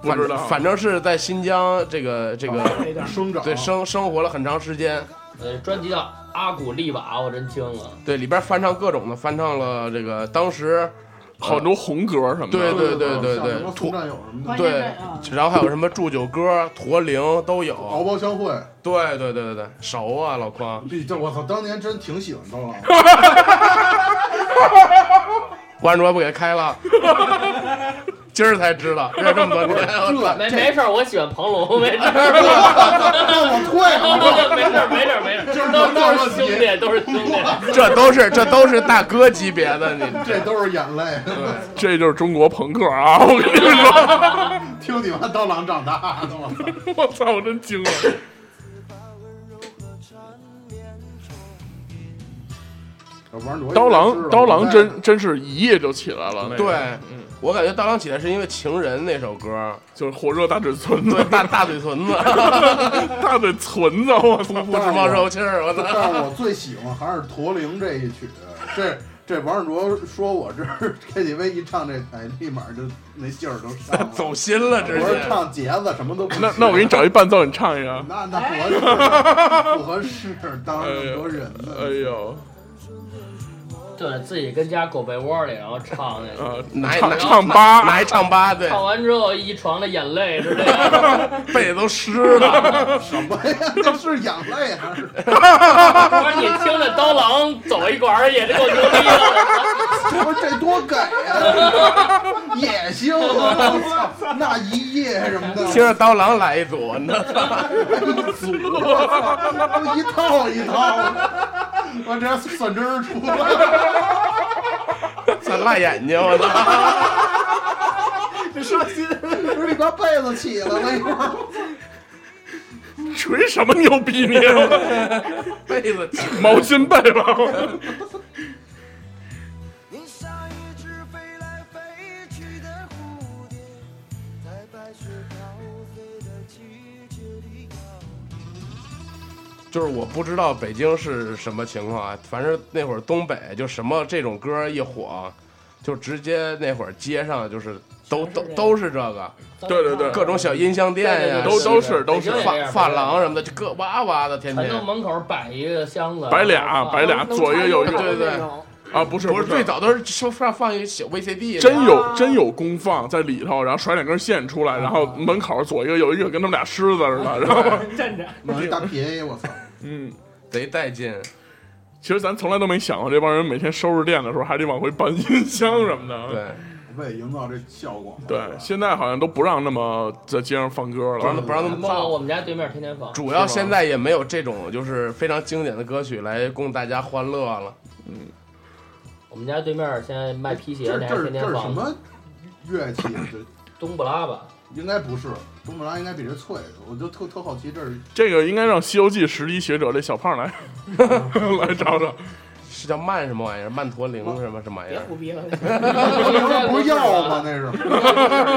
Speaker 2: 不知道
Speaker 3: 反反正是在新疆这个这 个
Speaker 6: 这段
Speaker 5: 生长
Speaker 3: 对，生生活了很长时间，
Speaker 4: 呃，专辑叫《阿古丽瓦》，我真听了。
Speaker 3: 对里边翻唱各种的，翻唱了这个当时，
Speaker 2: 好多红歌什么的，
Speaker 3: 对对对对
Speaker 5: 像什么
Speaker 3: 对
Speaker 5: 副
Speaker 3: 驼
Speaker 5: 战友什么
Speaker 6: 关
Speaker 5: 的，
Speaker 6: 键
Speaker 3: 对
Speaker 6: 是啊，
Speaker 3: 然后还有什么祝酒歌、驼铃都
Speaker 5: 敖
Speaker 3: 有，
Speaker 5: 包相会，
Speaker 3: 对对对对对，熟啊老匡，
Speaker 5: 这这我操，当年真挺喜欢刀郎的。
Speaker 3: 关卓不给开了，今儿才知道，这这么多年，
Speaker 5: 这
Speaker 4: 没没事儿，我喜欢庞 龙，没事儿，
Speaker 5: 那我退了。
Speaker 4: 没事儿，没事儿，没事儿，都都是兄弟，都是兄弟。
Speaker 3: 这都是这都是大哥级别的，你
Speaker 5: 这都是眼泪，
Speaker 2: 这就是中国朋克啊！ 我跟你说，
Speaker 5: 听你妈刀郎长大的，我操！
Speaker 2: 我操，我真惊了。
Speaker 5: 玩挪
Speaker 2: 刀
Speaker 5: 移知道
Speaker 2: 郎，刀郎
Speaker 5: 啊我在
Speaker 2: 真真是一夜就起来了，那个、
Speaker 3: 对
Speaker 2: 嗯，
Speaker 3: 我感觉大郎起来是因为《情人》那首 歌，
Speaker 2: 就是火热大嘴唇子
Speaker 3: 对，，大大嘴唇子，
Speaker 2: 大嘴唇子，我操！
Speaker 3: 不吃猫肉气儿，我操！
Speaker 5: 但是我最喜欢还是驼铃这一曲，这这王志卓说我这儿 KTV 一唱这台，立马就那劲儿都上了。
Speaker 3: 走心了，
Speaker 5: 我
Speaker 3: 直
Speaker 5: 是
Speaker 3: 接。
Speaker 5: 唱节子什么都不
Speaker 2: 那
Speaker 5: 行
Speaker 2: 那我给你找一伴奏，你唱一个。
Speaker 5: 那那合适不合适，当着那么多人呢。
Speaker 2: 哎呦，
Speaker 4: 对自己跟家狗被窝里，然后唱那 个，
Speaker 2: 啊，
Speaker 3: 拿
Speaker 2: 唱
Speaker 3: 拿
Speaker 2: 唱
Speaker 3: 拿
Speaker 2: 吧，
Speaker 3: 拿一唱吧，对，
Speaker 4: 唱完之后一床的眼泪是这样。
Speaker 3: 被子都湿了。
Speaker 5: 什么呀？那是养泪还是？
Speaker 4: 不是你听着刀郎走一管儿也是够牛逼的，
Speaker 5: 不是这多给呀、也行。我操，那一夜什么的，
Speaker 3: 听着刀郎来一组，那
Speaker 5: 都一套一套的，我这算真儿出来。
Speaker 3: 这辣眼睛，我操！
Speaker 5: 伤心，不是你把被子起来了，一会儿。
Speaker 2: 吹什么牛逼你？
Speaker 3: 被子
Speaker 2: 毛巾被吧。
Speaker 7: 你像一只飞来飞去的蝴蝶，在白雪飘飞的季节里摇
Speaker 3: 就是我不知道北京是什么情况啊，反正那会儿东北就什么这种歌一火，就直接那会儿街上就是都都都是这个，
Speaker 2: 对对对
Speaker 3: 各种小音像店呀，
Speaker 2: 啊都都是都
Speaker 4: 北京也
Speaker 2: 是
Speaker 4: 这样
Speaker 3: 发发廊什么的，就各哇哇的，天
Speaker 4: 全都
Speaker 3: 天。
Speaker 4: 门口摆一个箱子，
Speaker 2: 摆俩摆俩，左一个右一
Speaker 3: 对
Speaker 2: 个
Speaker 3: 对对
Speaker 2: 啊，不是
Speaker 3: 不是最
Speaker 2: 是，
Speaker 3: 早都是说放放一小 VCD，
Speaker 2: 真有真有功放在里头，然后甩两根线出来，然后门口左一个右一个，跟他们俩狮子似的，然后
Speaker 6: 站着，
Speaker 5: 买一大 PA，我操！
Speaker 2: 嗯。
Speaker 3: 贼带劲。
Speaker 2: 其实咱从来都没想过，这帮人每天收拾店的时候还得往回搬 音箱什么的。啊
Speaker 3: 对，
Speaker 5: 为营造这效果嘛，是吧
Speaker 2: 现在好像都不让那么在街上放歌
Speaker 3: 不让
Speaker 2: 了。
Speaker 3: 不让他们
Speaker 4: 梦梦，
Speaker 3: 放。
Speaker 4: 我们家对面天天放。
Speaker 3: 主要现在也没有这种就是非常经典的歌曲来供大家欢乐了。
Speaker 4: 我们家对面现在卖皮鞋，
Speaker 5: 这
Speaker 4: 那还
Speaker 5: 这
Speaker 4: 天
Speaker 5: 这
Speaker 4: 天
Speaker 5: 是什
Speaker 4: 放。
Speaker 5: 么乐器？啊这
Speaker 4: 东布拉吧，
Speaker 5: 应该不是冬木拉，应该比这脆。我就特特好奇，这是
Speaker 2: 这个应该让《西游记》十一学者这小胖来 来找找。
Speaker 3: 是叫慢什么玩意儿？曼陀铃什么什么玩意
Speaker 6: 别
Speaker 3: 儿？
Speaker 6: 胡逼了。
Speaker 5: 不是药吗？那是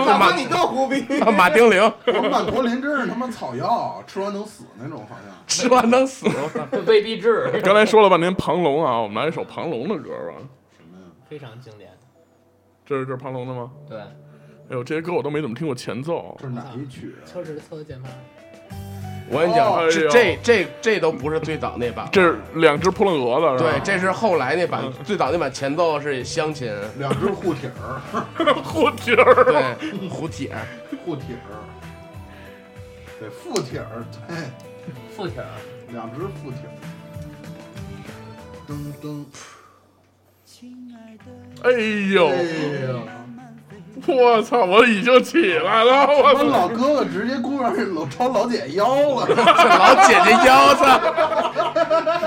Speaker 3: 大哥你更胡逼。马丁铃
Speaker 5: 曼陀林，真是他妈草药，吃完能死那种，好像。
Speaker 3: 吃完能死。
Speaker 4: 被逼制，
Speaker 2: 刚才说了半天庞龙啊，我们来一首庞龙的歌吧。
Speaker 4: 非常经典。
Speaker 2: 这是这是庞龙的吗？
Speaker 4: 对，
Speaker 2: 哎呦，这些歌我都没怎么听过前奏。
Speaker 5: 这是哪一曲？
Speaker 6: 抽纸抽键盘，
Speaker 3: 我跟你讲，
Speaker 2: 哦哎
Speaker 3: 这这
Speaker 2: 呦
Speaker 3: 这这都不是最早那 版。
Speaker 2: 这是两只扑棱蛾子，
Speaker 3: 对，
Speaker 2: 是吧？
Speaker 3: 这是后来那
Speaker 2: 嗯
Speaker 3: 版，最早那版前奏是湘琴，
Speaker 5: 两只护体儿，
Speaker 2: 这 护蹄儿。
Speaker 3: 对，胡铁，
Speaker 5: 护体儿，对，副体儿，对，
Speaker 4: 副挺儿，
Speaker 5: 两只副体儿。噔噔，
Speaker 7: 亲爱的，
Speaker 2: 哎呦，
Speaker 5: 哎呦！
Speaker 2: 我操！我已经起来 了，我
Speaker 5: 我
Speaker 2: 操！
Speaker 5: 老哥哥直接姑娘老朝老姐腰了，
Speaker 3: 这老姐姐腰子，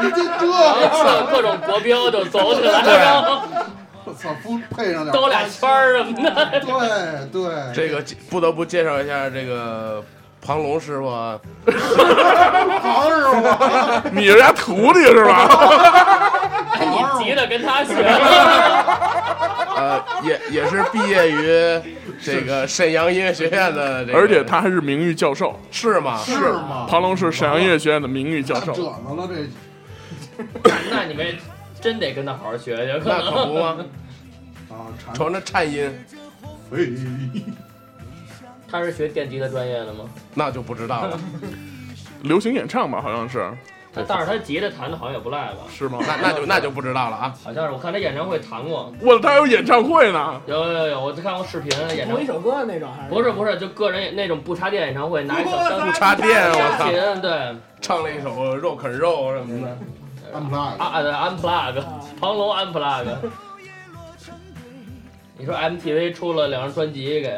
Speaker 5: 直接这
Speaker 4: 然
Speaker 5: 个，
Speaker 4: 后啊各各种国标就走起来，然后
Speaker 5: 我操，不配 上点
Speaker 4: 兜俩圈儿什么的。
Speaker 5: 对对，
Speaker 3: 这个不得不介绍一下这个庞龙师傅啊，
Speaker 5: 庞师傅，
Speaker 2: 你是人家徒弟是 吧？
Speaker 4: 你急的跟他学了，
Speaker 3: 呃，也也是毕业于这个沈阳音乐学院的这个，
Speaker 2: 而且他还是名誉教授。
Speaker 3: 是吗？
Speaker 5: 是吗？
Speaker 2: 庞龙是沈阳音乐学院的名誉教
Speaker 5: 折
Speaker 2: 授，
Speaker 5: 腾了这，
Speaker 4: 那你们真得跟他好好学学。
Speaker 3: 那可不吗？
Speaker 5: 啊，馋
Speaker 3: 瞅那颤音，
Speaker 5: 肥，
Speaker 4: 他是学电吉他专业的吗？
Speaker 3: 那就不知道了，
Speaker 2: 流行演唱吧，好像是
Speaker 4: 他但是他吉他弹的好像也不赖吧？
Speaker 2: 是吗？
Speaker 3: 那那就那就不知道了啊。
Speaker 4: 好像是我看他演唱会弹过，
Speaker 2: 我他还有演唱会呢，
Speaker 4: 有有有，我看过视频演唱
Speaker 6: 同
Speaker 4: 会。
Speaker 6: 一首歌那种还是？
Speaker 4: 不是不是，就个人演那种不插电演唱会，拿一小
Speaker 3: 不
Speaker 4: 钢
Speaker 3: 插电，我操，
Speaker 4: 琴，对，啊
Speaker 3: 唱了一首肉啃肉什么的，
Speaker 5: 安不拉，
Speaker 4: 啊
Speaker 6: 啊
Speaker 4: 啊对，unplug，庞龙 unplug，你说 MTV 出了两张专辑给，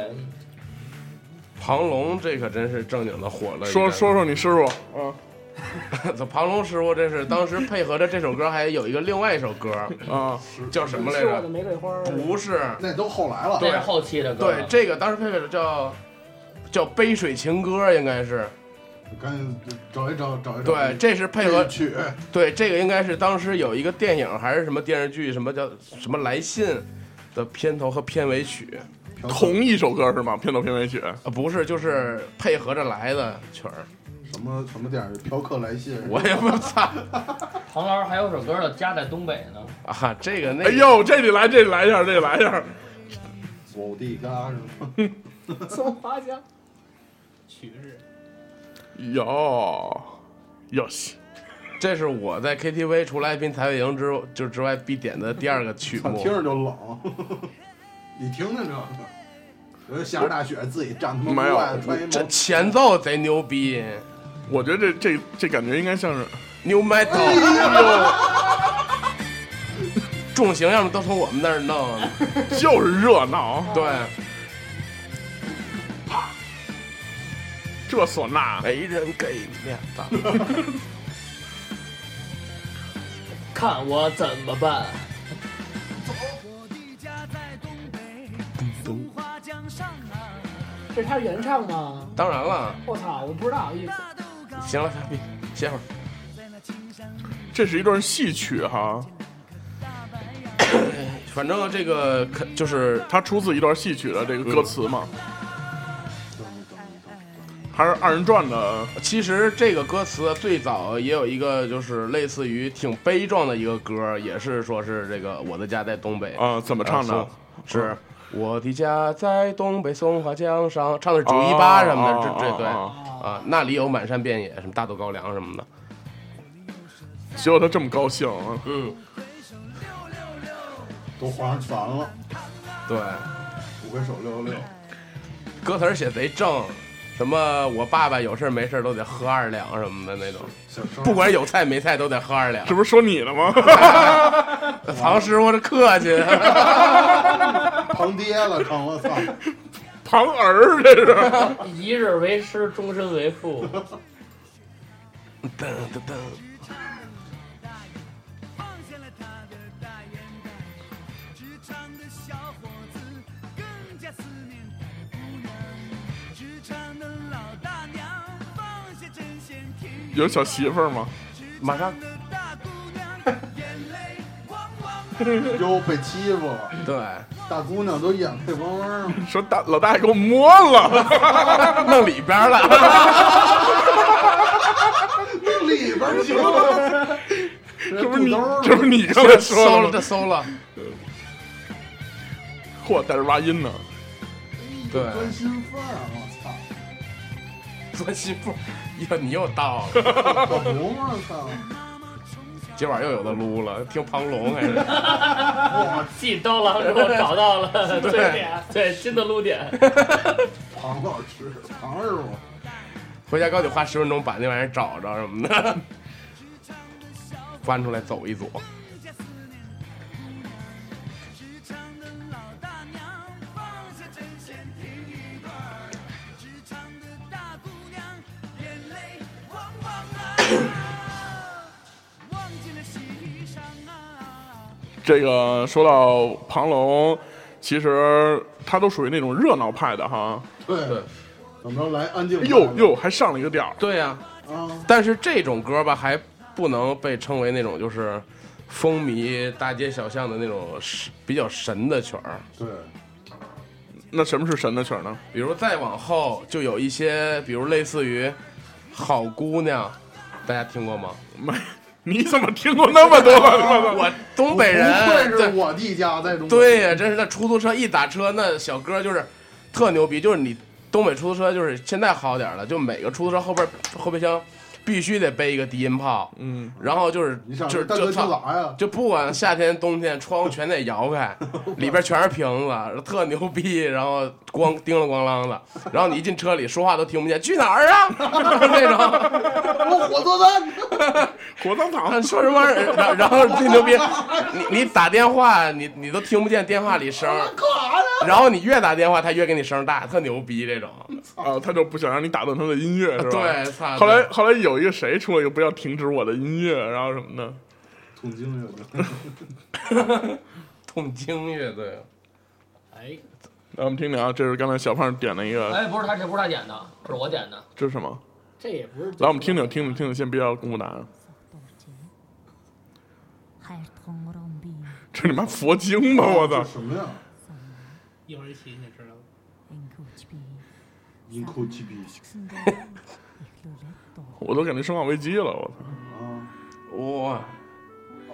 Speaker 3: 庞龙这可真是正经的火了。
Speaker 2: 说说说你师傅，嗯
Speaker 3: 说， 庞龙师傅真是当时配合着这首歌，还有一个另外一首歌
Speaker 2: 啊，
Speaker 3: 叫什么来
Speaker 6: 是我的
Speaker 3: 着？
Speaker 6: 玫瑰花儿，
Speaker 3: 不是，
Speaker 5: 那都后来了。
Speaker 4: 这是后期的歌
Speaker 3: 对
Speaker 4: 了。，
Speaker 3: 这个当时配合着叫叫《杯水情歌》，应该是
Speaker 5: 赶紧找一找，找一找。
Speaker 3: 对，这是配合
Speaker 5: 个曲，
Speaker 3: 对，这个应该是当时有一个电影还是什么电视剧，什么叫什么来信的片头和片尾曲
Speaker 2: 同一首歌是吗？片头片尾曲，
Speaker 3: 啊，不是，就是配合着来的曲儿。
Speaker 5: 什么什么电影《嫖客来信》，
Speaker 3: 我也不操
Speaker 4: 庞老师还有首歌叫《家在东北》 呢，
Speaker 3: 啊，这个那
Speaker 2: 哎
Speaker 3: 个、
Speaker 2: 呦，这里来这里来一下，这里来一下，
Speaker 5: 我的嘎什么？
Speaker 6: 松花江，
Speaker 9: 曲是
Speaker 2: 哟哟西，
Speaker 3: 这是我在 KTV 除来宾才会赢之就之外必点的第二个曲
Speaker 5: 操
Speaker 3: 目
Speaker 5: 听。着就冷。 你听听这个，我就下着大雪，自己站他妈
Speaker 2: 没有
Speaker 5: 屋外头穿一
Speaker 3: 这
Speaker 5: 毛。
Speaker 3: 前奏贼牛逼
Speaker 2: 我觉得这这这感觉应该像是
Speaker 3: ，New
Speaker 5: 哎
Speaker 3: Metal，重型要么都从我们那儿弄，
Speaker 2: 就是热闹，
Speaker 3: 对，
Speaker 2: 这唢呐
Speaker 3: 没人给面子。
Speaker 4: 看我怎么办。
Speaker 7: 我的家在东北，松花江上啊，
Speaker 6: 这是他原唱吗？
Speaker 3: 当然了，
Speaker 6: 我操，我不知道意思。
Speaker 7: 大豆岗
Speaker 3: 行了，别歇会儿。
Speaker 7: 在那青山
Speaker 2: 这是一段戏曲哈，
Speaker 7: 大白杨。
Speaker 3: 反正这个肯就是
Speaker 2: 它出自一段戏曲的这个歌词嘛，还是二人转的，
Speaker 3: 其实这个歌词最早也有一个，就是类似于挺悲壮的一个歌，也是说是这个我的家在东北
Speaker 2: 啊怎么唱的
Speaker 3: 呃松是我的家在东北松花江上，唱的是九一八什么的，
Speaker 2: 哦
Speaker 3: 这这对
Speaker 2: 哦
Speaker 3: 啊，那里有满山遍野，什么大豆高粱什么的。
Speaker 2: 结果他这么高兴，
Speaker 3: 嗯，
Speaker 5: 都皇上全了，
Speaker 3: 对，
Speaker 5: 五魁首六六六，
Speaker 3: 歌词儿写贼正，什么我爸爸有事儿没事儿都得喝二两什么的那种，
Speaker 5: 小声
Speaker 3: 不管有菜没菜都得喝二两
Speaker 2: 这。不是说你呢 吗？
Speaker 3: 唐师傅这客 气，
Speaker 5: 堂爹了，成了操！
Speaker 2: 庞儿这是，
Speaker 4: 一日为师，终身 为父。
Speaker 3: 噔噔噔，
Speaker 7: 放下了他的大烟袋，职场的小伙子更加思念他的姑娘，职场的老大娘放下针线听
Speaker 2: 有小媳妇儿吗？
Speaker 3: 马 上
Speaker 7: 的大姑娘，眼泪汪汪啊。
Speaker 5: 哟，被欺负了，
Speaker 3: 对。
Speaker 5: 大姑娘都眼泪汪汪了。
Speaker 2: 说大老大爷给我摸 了，
Speaker 3: 弄里边了。
Speaker 5: 里边 儿行吗，
Speaker 2: 这
Speaker 5: 这
Speaker 2: 不是你
Speaker 5: 肚兜儿，
Speaker 2: 这不是你刚才
Speaker 3: 搜
Speaker 2: 说
Speaker 3: 了，
Speaker 2: 的
Speaker 3: 这
Speaker 2: 吗？
Speaker 3: 搜了，
Speaker 2: 嚯，带着挖音呢，
Speaker 3: 对
Speaker 5: 专心范儿，我
Speaker 3: 钻心腹，哟，你又到了，
Speaker 5: 操，可不嘛，操！
Speaker 3: 今晚又有的撸了，听庞龙还是
Speaker 4: 记到了，给我找到 了
Speaker 3: 对
Speaker 4: 这点，对新的 撸点。
Speaker 5: 庞老师，庞师傅，
Speaker 3: 回家高得花十分钟把那玩意儿找着什么的， 翻出来走一走。
Speaker 2: 这个说到庞龙，其实他都属于那种热闹派的哈。
Speaker 5: 对，怎么着来安静？
Speaker 2: 哎呦呦，还上了一个调儿，
Speaker 3: 对呀、
Speaker 5: 啊！
Speaker 3: 但是这种歌吧，还不能被称为那种就是风靡大街小巷的那种神比较神的曲儿。
Speaker 5: 对，
Speaker 2: 那什么是神的曲儿呢？
Speaker 3: 比如再往后就有一些，比如类似于《好姑娘》，大家听过吗？
Speaker 2: 没，你怎么听过那么多？ 我
Speaker 3: 我东北人，
Speaker 5: 不愧
Speaker 3: 对
Speaker 5: 是我弟家在中国。
Speaker 3: 对呀，真是那出租车一打车，那小哥就是特牛逼，就是你东北出租车就是现在好点儿了，就每个出租车后边后备箱必须得背一个低音炮，
Speaker 2: 嗯，
Speaker 3: 然后就是
Speaker 5: 你
Speaker 3: 就
Speaker 5: 想
Speaker 3: 是
Speaker 5: 大
Speaker 3: 就
Speaker 5: 哥你
Speaker 3: 操。
Speaker 5: 咋呀？
Speaker 3: 就不管夏天冬天，窗户全得摇 开，里边全是瓶子，特牛逼，然后咣叮了咣啷的，然后你一进车里说话都听不见，去哪儿啊？ 那种，
Speaker 5: 我火做蛋，
Speaker 2: 火葬场
Speaker 3: 啊，说什么玩意儿？然然后最牛逼，你你打电话，你你都听不见电话里声， 然后你越打电话，他越给你声大，特牛逼这种。
Speaker 2: 啊，他就不想让你打断他的音乐，是吧？
Speaker 3: 啊对，。操！
Speaker 2: 后来后来有一个谁出了一个不要停止我的音乐，然后什么的，
Speaker 5: 痛经乐队，
Speaker 3: 痛经乐队，
Speaker 4: 哎，
Speaker 2: 让我们听听啊，这是刚才小胖点了一个，
Speaker 4: 哎，不是他，这不是他点的，这是我点的。
Speaker 2: 这是什么？
Speaker 6: 这也不是。
Speaker 2: 来，我们听听听听听听，先不要啊公布答案， 这你妈佛经 吧，我操
Speaker 5: 这！什么呀？
Speaker 9: 一会儿一起你知道吗？
Speaker 5: 银库鸡逼
Speaker 2: 我都感觉生化危机了，我操！
Speaker 5: 啊！
Speaker 3: 哇，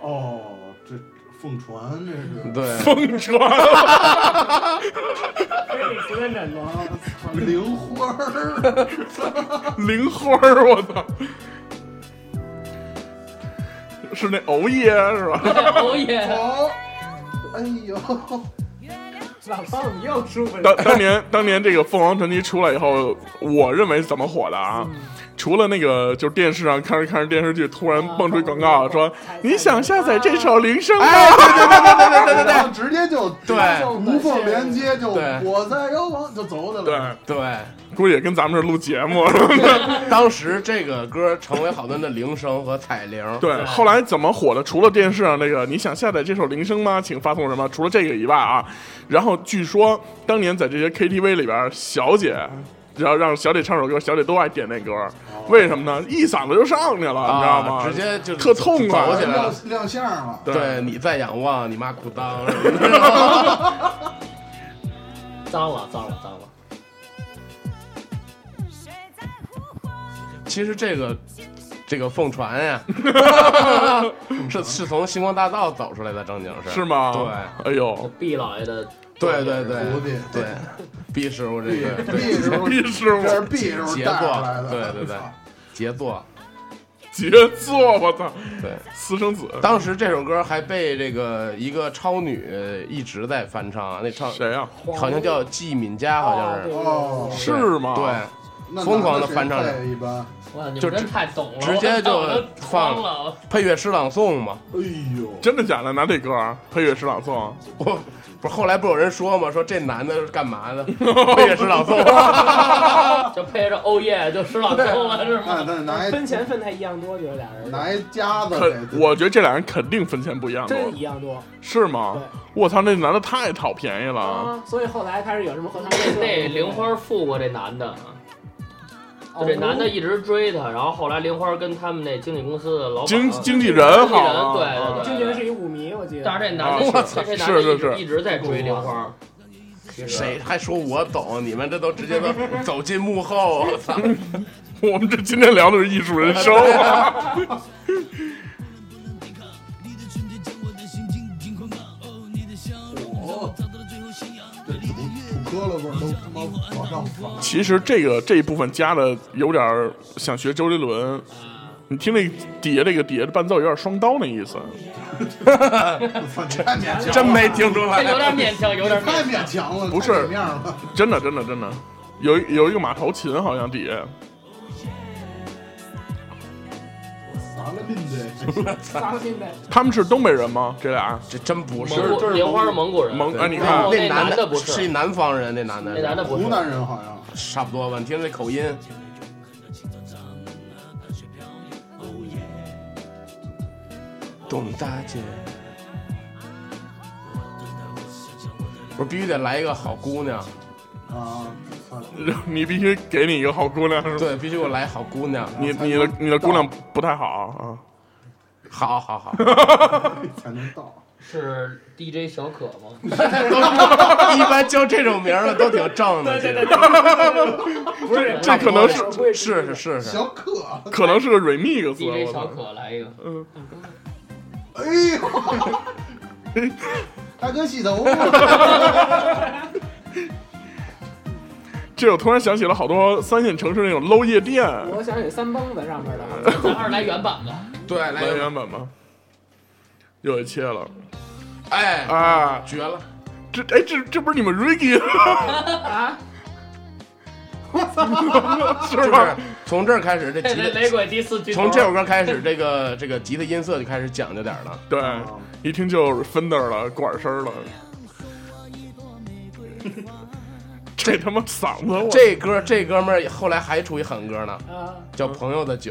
Speaker 5: 哦，这凤传这是
Speaker 3: 对，
Speaker 2: 疯传，
Speaker 6: 随便整的。
Speaker 5: 啊，操灵花儿，
Speaker 2: 零花儿，我操！是那熬夜是吧？
Speaker 4: 哦耶！
Speaker 5: 好，哎呦，
Speaker 6: 老胖，你又出分。
Speaker 2: 当当年当年这个凤凰传奇出来以后，我认为怎么火的
Speaker 3: 嗯
Speaker 2: 啊？除了那个，就是电视上看着看着电视剧，突然蹦出一广
Speaker 3: 哦
Speaker 2: 告说
Speaker 6: 啊：“
Speaker 2: 你想下载这首铃声吗
Speaker 3: 哎，对对对对对对对
Speaker 5: 然
Speaker 3: 对
Speaker 5: 后直接就
Speaker 3: 对
Speaker 5: 无缝连接，就
Speaker 3: 对
Speaker 5: 我在遥望就走的了。
Speaker 2: 对，
Speaker 3: 对，
Speaker 2: 估计也跟咱们这录节目。是 吧
Speaker 3: 当时这个歌成为好多人的铃声和彩铃。
Speaker 2: 对，后来怎么火的？除了电视上那个“你想下载这首铃声吗？请发送什么？”除了这个以外啊，然后据说当年在这些 KTV 里边，小姐只要让小姐唱首歌，小姐都爱点那歌。为什么呢？一嗓子就上去了，你知道吗？
Speaker 3: 哦啊，直接就
Speaker 2: 特痛快
Speaker 3: 走起来
Speaker 5: 亮
Speaker 3: 了。
Speaker 5: 亮相了，
Speaker 3: 对，你在仰望你妈裤裆，
Speaker 4: 脏了，脏了，脏了。
Speaker 3: 其实这个这个凤传呀，是是从星光大道走出来的，正经是
Speaker 2: 是吗？对，哎
Speaker 4: 我
Speaker 2: 呦，
Speaker 4: 毕老爷的
Speaker 3: 对对对
Speaker 5: 徒弟
Speaker 3: 对对，毕师傅这
Speaker 5: 毕
Speaker 3: 个对
Speaker 5: 毕 师傅，
Speaker 2: 毕师傅
Speaker 5: 这是毕师傅
Speaker 3: 杰
Speaker 5: 带出
Speaker 3: 作
Speaker 5: 来，的，
Speaker 3: 对对 对，杰作，
Speaker 2: 杰作，我操，
Speaker 3: 对。
Speaker 2: 私生子，
Speaker 3: 当时这首歌还被这个一个超女呃一直在翻唱，啊那唱
Speaker 2: 谁啊呀？
Speaker 3: 好像叫季敏佳，好像是
Speaker 5: 哦，
Speaker 2: 是
Speaker 3: 对
Speaker 2: 吗
Speaker 3: 对，
Speaker 5: 那
Speaker 3: 疯狂地
Speaker 5: 男谁
Speaker 3: 翻唱
Speaker 5: 配一般，
Speaker 4: 哇，你
Speaker 3: 就
Speaker 4: 们
Speaker 3: 直
Speaker 4: 真太懂了，
Speaker 3: 直接就
Speaker 4: 我都
Speaker 3: 放
Speaker 4: 慌了。
Speaker 3: 配乐诗朗诵嘛，
Speaker 5: 哎呦，
Speaker 2: 真的假的？拿这歌啊配乐诗朗诵，
Speaker 3: 我不是后来不有人说吗？说这男的是干嘛的？配乐诗朗诵，
Speaker 4: 就配着哦耶，就诗朗诵了是
Speaker 5: 那
Speaker 4: 吗？
Speaker 5: 那拿一
Speaker 6: 分钱分他一样多，觉得俩 人
Speaker 5: 拿一夹子
Speaker 2: 肯，
Speaker 5: 给，
Speaker 2: 我觉得这俩人肯定分钱不一样的，
Speaker 6: 真一样多
Speaker 2: 是吗？我操，那男的太讨便宜了。
Speaker 7: 嗯
Speaker 6: 啊！所以后来开始有什么合唱
Speaker 4: 那
Speaker 6: 社
Speaker 4: 那玲花负过这男的，
Speaker 6: 哦
Speaker 4: 就这男的一直追她，然后后来玲花跟他们那经纪公司的老板
Speaker 2: 经经纪人好啊，
Speaker 4: 经纪人对对对
Speaker 7: 哦
Speaker 6: 经纪人是一舞迷，我记得。
Speaker 4: 但是这男的
Speaker 2: 啊
Speaker 4: 是，
Speaker 2: 我操
Speaker 4: 这男的
Speaker 2: 是
Speaker 4: 一
Speaker 2: 是
Speaker 4: 直
Speaker 2: 是
Speaker 4: 一直在追玲花。
Speaker 3: 谁还说我懂？你们这都直接都走进幕后，我操！
Speaker 2: 我们这今天聊的是艺术人生啊，
Speaker 5: 这土土坷了味儿都他妈往上反，
Speaker 2: 其实这个这一部分加的有点儿想学周杰伦，你听那底下这个底下的伴奏有点双刀那意思，
Speaker 5: 反正太勉强 了，
Speaker 3: 真没听出
Speaker 4: 这有
Speaker 3: 来。
Speaker 4: 点勉强，有点
Speaker 5: 太
Speaker 4: 勉
Speaker 5: 勉强了，
Speaker 2: 不是
Speaker 5: 太给面儿了，
Speaker 2: 真的真的真的，有一有一个马头琴好像底下，
Speaker 5: 咋了命 的？
Speaker 6: 扎心的，
Speaker 2: 他们是东北人吗？这俩
Speaker 3: 这真不是，
Speaker 4: 蒙
Speaker 5: 这
Speaker 4: 古，
Speaker 5: 是
Speaker 4: 玲花是蒙古人，
Speaker 2: 蒙哎，你
Speaker 4: 然
Speaker 2: 看
Speaker 4: 后
Speaker 3: 那
Speaker 4: 那
Speaker 3: 男
Speaker 4: 男的不
Speaker 3: 是一
Speaker 4: 是，
Speaker 3: 南方人，那男的
Speaker 4: 那男的不是
Speaker 5: 湖，南人好像，
Speaker 3: 差不多吧？你听这口音，董大姐，不是必须得来一个好姑娘，
Speaker 5: 啊，操
Speaker 2: 你必须给你一个好姑娘是吧？
Speaker 3: 对，必须给我来好姑娘，
Speaker 2: 你你的你的姑娘不太好啊，
Speaker 3: 好好 好，
Speaker 5: 才能到。
Speaker 4: 是 DJ 小可吗？
Speaker 3: 一般叫这种名儿的都挺正的，其
Speaker 6: 对对
Speaker 3: 实
Speaker 6: 对，不是
Speaker 2: 这可能是
Speaker 6: 是
Speaker 3: 是是是，
Speaker 5: 小可，
Speaker 2: 可能是个 remix，
Speaker 4: DJ
Speaker 2: 我
Speaker 4: 小
Speaker 2: 操
Speaker 4: 可来一个，
Speaker 5: 哎呦， 大哥洗头发，
Speaker 2: 这我突然想起了好多三线城市那种 low 夜店，
Speaker 6: 我想起三蹦子上面的，
Speaker 4: 咱还是来原版吧。
Speaker 3: 对，来
Speaker 2: 来原版吗？又给切了
Speaker 3: 哎，
Speaker 2: 啊！
Speaker 3: 绝了！
Speaker 2: 这哎这这不是你们 Ricky
Speaker 3: 就是
Speaker 2: 是吧？
Speaker 3: 从这儿开始，这
Speaker 4: 这
Speaker 3: 吉
Speaker 4: 雷
Speaker 3: 他
Speaker 4: 雷鬼第四句头，
Speaker 3: 从这首歌开始，这个这个吉他音色就开始讲究点儿了。
Speaker 2: 对，一听就是 Fender 了，管声了。 这他妈嗓子我
Speaker 3: 这歌这哥们儿后来还出一狠歌呢，
Speaker 6: 啊，
Speaker 3: 叫《朋友的酒》。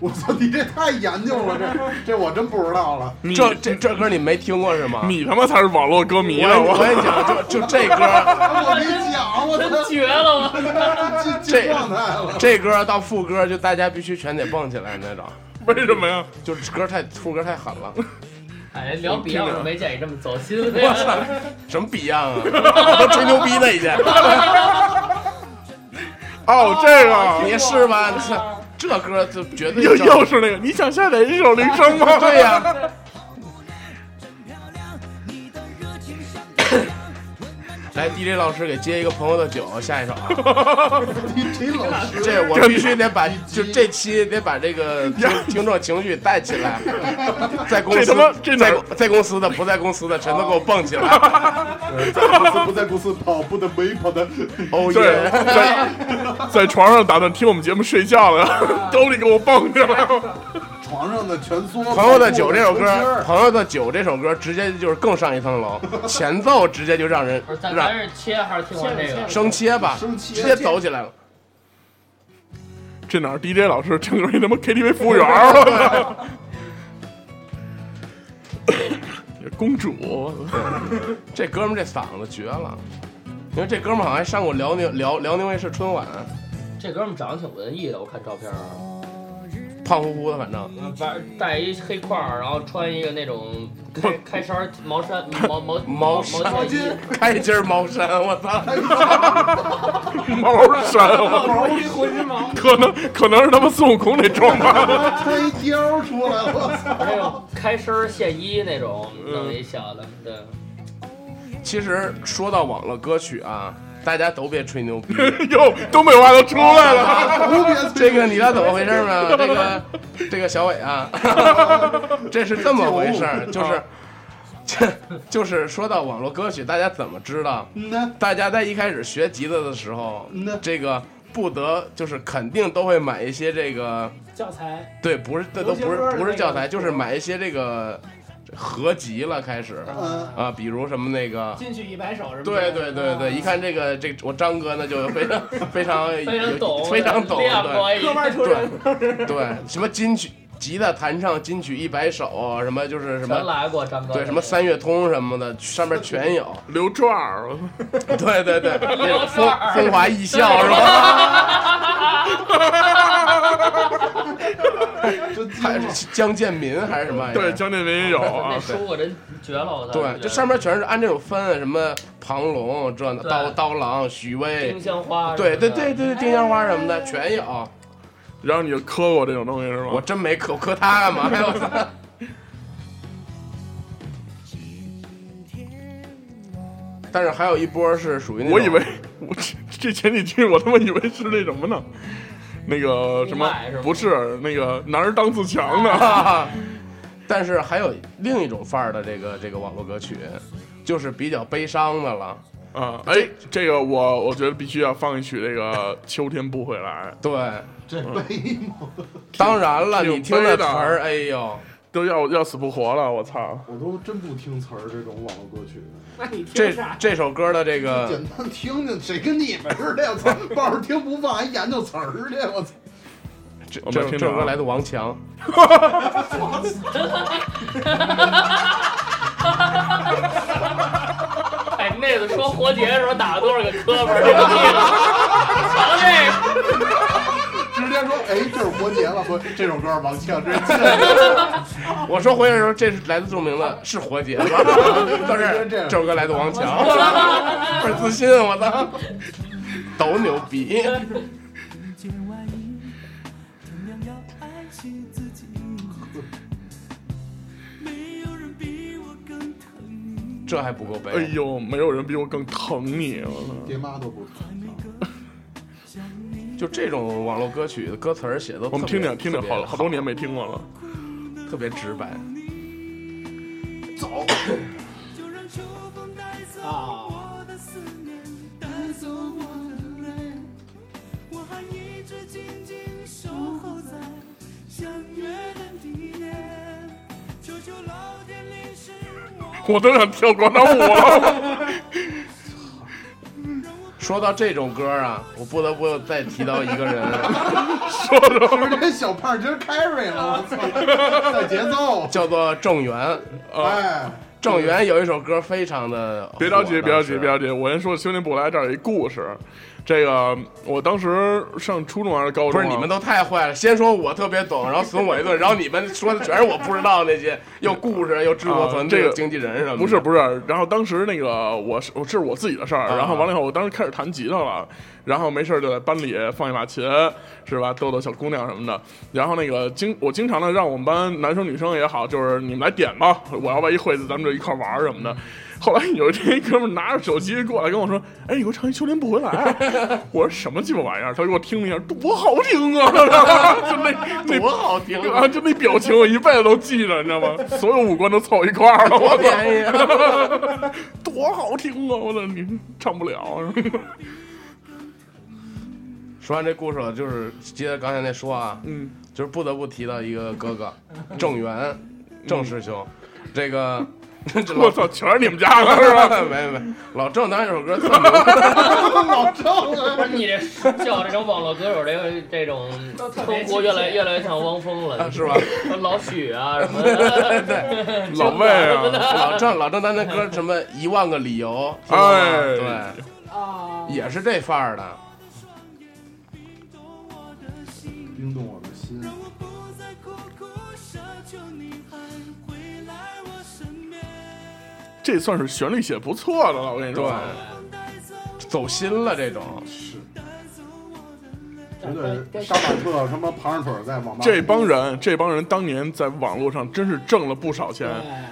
Speaker 5: 我操，你这太研究了，这这我真不知道 了。
Speaker 2: 你
Speaker 3: 这这这歌你没听过是吗？
Speaker 2: 啊你他妈才是网络歌迷
Speaker 3: 我
Speaker 2: 啊！
Speaker 3: 也我
Speaker 2: 我
Speaker 3: 也讲，就就这歌，
Speaker 5: 我没讲，我
Speaker 4: 真
Speaker 5: 操，
Speaker 4: 绝了！我
Speaker 5: 进进状态了。
Speaker 3: 这歌到副歌就大家必须全得蹦起来那种，
Speaker 2: 为什么呀？
Speaker 3: 就是歌太副歌太狠了。
Speaker 4: 哎，聊比
Speaker 2: 听着
Speaker 4: e 没见你这么 走心
Speaker 3: 我
Speaker 4: 的呀。
Speaker 3: 操，什么 Beyond 啊？ 都吹牛逼呢已经，
Speaker 2: 哦，这
Speaker 3: 你是吧？这这歌就
Speaker 2: 个
Speaker 3: 绝对
Speaker 2: 又
Speaker 3: 正
Speaker 2: 又是那个，你想下载一首铃声吗？
Speaker 3: 对呀，来 DJ 老师给接一个朋友的酒，下一首啊。
Speaker 5: 你你老师
Speaker 3: 这 我必须得把，就这期得把这个听听众情绪带起来，在公司
Speaker 2: 这他妈这哪
Speaker 3: 在在公司的不在公司的全都给我蹦起来，
Speaker 5: 在公司呃不在公司跑步的没跑的，
Speaker 3: 哦
Speaker 2: 对，
Speaker 3: 耶！
Speaker 2: 在在床上打算听我们节目睡觉了， 兜里给我蹦去了。
Speaker 5: 床上的蜷缩。
Speaker 3: 朋友的酒这首歌，
Speaker 5: 跑步的
Speaker 3: 《朋友的酒》
Speaker 5: 抽筋儿
Speaker 3: 这首歌直接就是更上一层楼，前奏直接就让人
Speaker 4: 不是，咱咱
Speaker 3: 让
Speaker 4: 是切还是听完这个？
Speaker 3: 生切吧，
Speaker 5: 生切
Speaker 3: 直接走起来了。
Speaker 2: 这哪儿 DJ 老师，整个一他妈 KTV 服务员儿啊 我操！公主，
Speaker 3: 这哥们儿这嗓子绝了，因为这哥们儿好像还上过辽宁辽辽宁卫视春晚，
Speaker 4: 这哥们长得挺文艺的，我看照片儿，啊
Speaker 3: 哦
Speaker 4: 嗯
Speaker 3: 胖乎乎的，反正
Speaker 4: 玩戴一黑框儿，然后穿一个那种开开衫儿毛衫毛毛
Speaker 3: 毛
Speaker 4: 衫
Speaker 3: 衫
Speaker 4: 毛衣。
Speaker 3: 开一身毛衫，我操！
Speaker 5: 哎
Speaker 2: 毛衫，我
Speaker 6: 毛衣浑身毛，
Speaker 2: 啊可能可能是他妈孙悟空那装吧。
Speaker 5: 穿一貂出来了，我操！
Speaker 4: 那种开身儿线衣那种，弄一小的，对，
Speaker 3: 嗯其实说到网络歌曲啊，大家都别吹牛逼。
Speaker 2: 哟，东北话都出来了。
Speaker 5: 特别 脆
Speaker 3: 这个你知道怎么回事吗？这个这个小伟啊，这是这么回事儿，就是。这就是 说到网络歌曲，大家怎么知道？
Speaker 5: 嗯呢，
Speaker 3: 大家在一开始学吉他的时候
Speaker 5: 嗯呢，
Speaker 3: 这个不得就是肯定都会买一些这个，
Speaker 6: 教材
Speaker 3: 对，不是这都不
Speaker 6: 流行歌
Speaker 3: 是
Speaker 6: 儿
Speaker 3: 不是
Speaker 6: 那
Speaker 3: 教
Speaker 6: 个
Speaker 3: 材，就是买一些这个合集了开始
Speaker 5: 嗯，
Speaker 3: 啊，比如什么那个
Speaker 6: 进去一摆手什么的，啊
Speaker 3: 对对对对，一看这个这我张哥呢就非常 非常
Speaker 4: 非常懂，
Speaker 3: 非常懂，
Speaker 4: 亮
Speaker 3: 对
Speaker 4: 过一
Speaker 6: 科班出身，
Speaker 3: 对，什么金曲吉他弹唱金曲一百首，什么就是什
Speaker 4: 全
Speaker 3: 么
Speaker 4: 来过张哥，
Speaker 3: 对什么三月通什么的，上面全有，
Speaker 2: 刘壮啊儿，
Speaker 3: 对对对，那种风
Speaker 4: 刘 二
Speaker 3: 风华一笑是吧？
Speaker 5: 真精
Speaker 3: 还
Speaker 5: 了
Speaker 3: 是江建民还是什么玩意
Speaker 2: 对
Speaker 3: 儿？
Speaker 2: 江建民也有
Speaker 4: 那
Speaker 2: 啊，
Speaker 4: 书我真绝了，我操，
Speaker 3: 对，这上面全是按这种分，什么庞龙这那
Speaker 4: 对
Speaker 3: 刀刀郎、许巍
Speaker 4: 丁，香花，
Speaker 3: 对对对，对，丁香花什么的全有，
Speaker 2: 然后你就磕过这种东西是吗？
Speaker 3: 我真没磕我磕他干嘛呀？我操！ 但是还有一波是属于那种
Speaker 2: 我以为我这这前几句我他妈以为是那什么呢？那个什么
Speaker 4: 雾霾是吗
Speaker 2: 不是那个男儿当自强呢？
Speaker 3: 啊， 但是还有另一种范儿的这个这个网络歌曲，就是比较悲伤的了。
Speaker 2: 啊，哎，这个我我觉得必须要放一曲这个《秋天不回来
Speaker 3: 对，
Speaker 5: 悲吗？
Speaker 3: 当然了，
Speaker 2: 挺
Speaker 3: 你听
Speaker 2: 悲
Speaker 3: 那词
Speaker 2: 的啊
Speaker 3: 儿，哎呦，》，
Speaker 2: 都要要死不活了，我操！
Speaker 5: 我都真不听词儿这种网络歌曲，
Speaker 6: 那你听
Speaker 3: 这
Speaker 6: 啥？
Speaker 3: 这首歌的这个
Speaker 5: 简单听听，谁跟你们似的？我操，抱着听不放还研究词儿去，我操！
Speaker 3: 这
Speaker 2: 我没
Speaker 3: 这首
Speaker 2: 听
Speaker 3: 这
Speaker 2: 着
Speaker 3: 首歌
Speaker 2: 啊
Speaker 3: 来自王强，
Speaker 4: 哎，那个说活结的时候打了多少个磕巴，这个 瞧这
Speaker 5: 直接说，哎，这是活结了，不，这首歌儿王强直接进来
Speaker 3: 我说回来的时候，这是来自著名的，是活 结吗？但是这首歌来自王强，倍儿自信，啊我操，都牛逼。
Speaker 7: 千万语，同样要爱惜自己。没有人比我更疼你，
Speaker 3: 这还不够
Speaker 2: 哎
Speaker 3: 悲，
Speaker 2: 呦，没有人比我更疼你，我操！
Speaker 5: 爹妈都不疼。
Speaker 3: 就这种网络歌曲的歌词儿写的，
Speaker 2: 我们听听听听好了，好
Speaker 3: 好
Speaker 2: 多年没听过了。
Speaker 3: 特别直白。
Speaker 5: 走，
Speaker 7: 就让秋风带走
Speaker 6: 啊
Speaker 7: 我的思念，带走我的泪。我还一直静静守候在相约的地点，求求老天淋湿我，
Speaker 2: 我都想跳广场舞了。
Speaker 3: 说到这种歌啊，我不得不再提到一个人，
Speaker 5: 不是这小胖今儿 carry 了，我操，带节奏，
Speaker 3: 叫做郑源。
Speaker 5: 哎，
Speaker 3: 郑源有一首歌非常的，
Speaker 2: 别着急，别着急，别着急。我先说《兄弟不来》这儿有一故事。这个我当时上初中还是高中啊、
Speaker 3: 不是你们都太坏了，先说我特别懂，然后损我一顿，然后你们说的全是我不知道那些，又故事又制作团队、
Speaker 2: 啊这个
Speaker 3: 又经纪人什么的。
Speaker 2: 不是不是，然后当时那个我是我这是我自己的事
Speaker 3: 啊
Speaker 2: 儿，然后完了以后，我当时开始弹吉他了，然后没事儿就在班里放一把琴，是吧？逗逗小姑娘什么的。然后那个经我经常的让我们班男生女生也好，就是你们来点吧，我要万一会咱们就一块玩儿什么的。
Speaker 3: 嗯
Speaker 2: 后来有一天，一哥们儿拿着手机过来跟我说：“哎，你给我唱一《秋天不回来》。”我说：“什么鸡巴玩意儿？”他给我听了一下，多好听啊！ 就那那
Speaker 3: 多好听
Speaker 2: 啊！就那表情，我一辈子都记着，你知道吗？ 所有五官都凑一块儿了，我
Speaker 3: 多
Speaker 2: 操！
Speaker 3: 便宜啊！
Speaker 2: 多好听啊！我操，你唱不了是吧？
Speaker 3: 说完这故事了，就是接着刚才那说啊，
Speaker 2: 嗯，
Speaker 3: 就是不得不提到一个哥哥，郑源，郑师兄，这个， 这老
Speaker 2: 我操，全是你们家的是吧？
Speaker 3: 没没没，老郑当然有首歌特牛，
Speaker 5: 老郑
Speaker 4: 不
Speaker 5: 了，
Speaker 4: 是你这叫这种网络歌手这个这种
Speaker 6: 都特别
Speaker 4: 生活越来
Speaker 6: 亲切
Speaker 4: 越来越像汪峰了，
Speaker 3: 是吧？
Speaker 4: 老许 啊什么 的，
Speaker 2: 老魏啊，
Speaker 3: 老郑老郑当那歌什么一万个理由，听过吗
Speaker 2: 哎，
Speaker 3: 对，
Speaker 6: 啊，
Speaker 3: 也是这范儿的。
Speaker 7: 冰冻我的
Speaker 5: 冰冻我的心，
Speaker 7: 心。让我不再苦苦奢求你还回来我身边，
Speaker 2: 这算是旋律写不错的了，我跟你说。
Speaker 3: 对，走心了这种，
Speaker 5: 绝对是杀马特他妈庞着腿在网吧，
Speaker 2: 这帮人，这帮人当年在网络上真是挣了不少钱。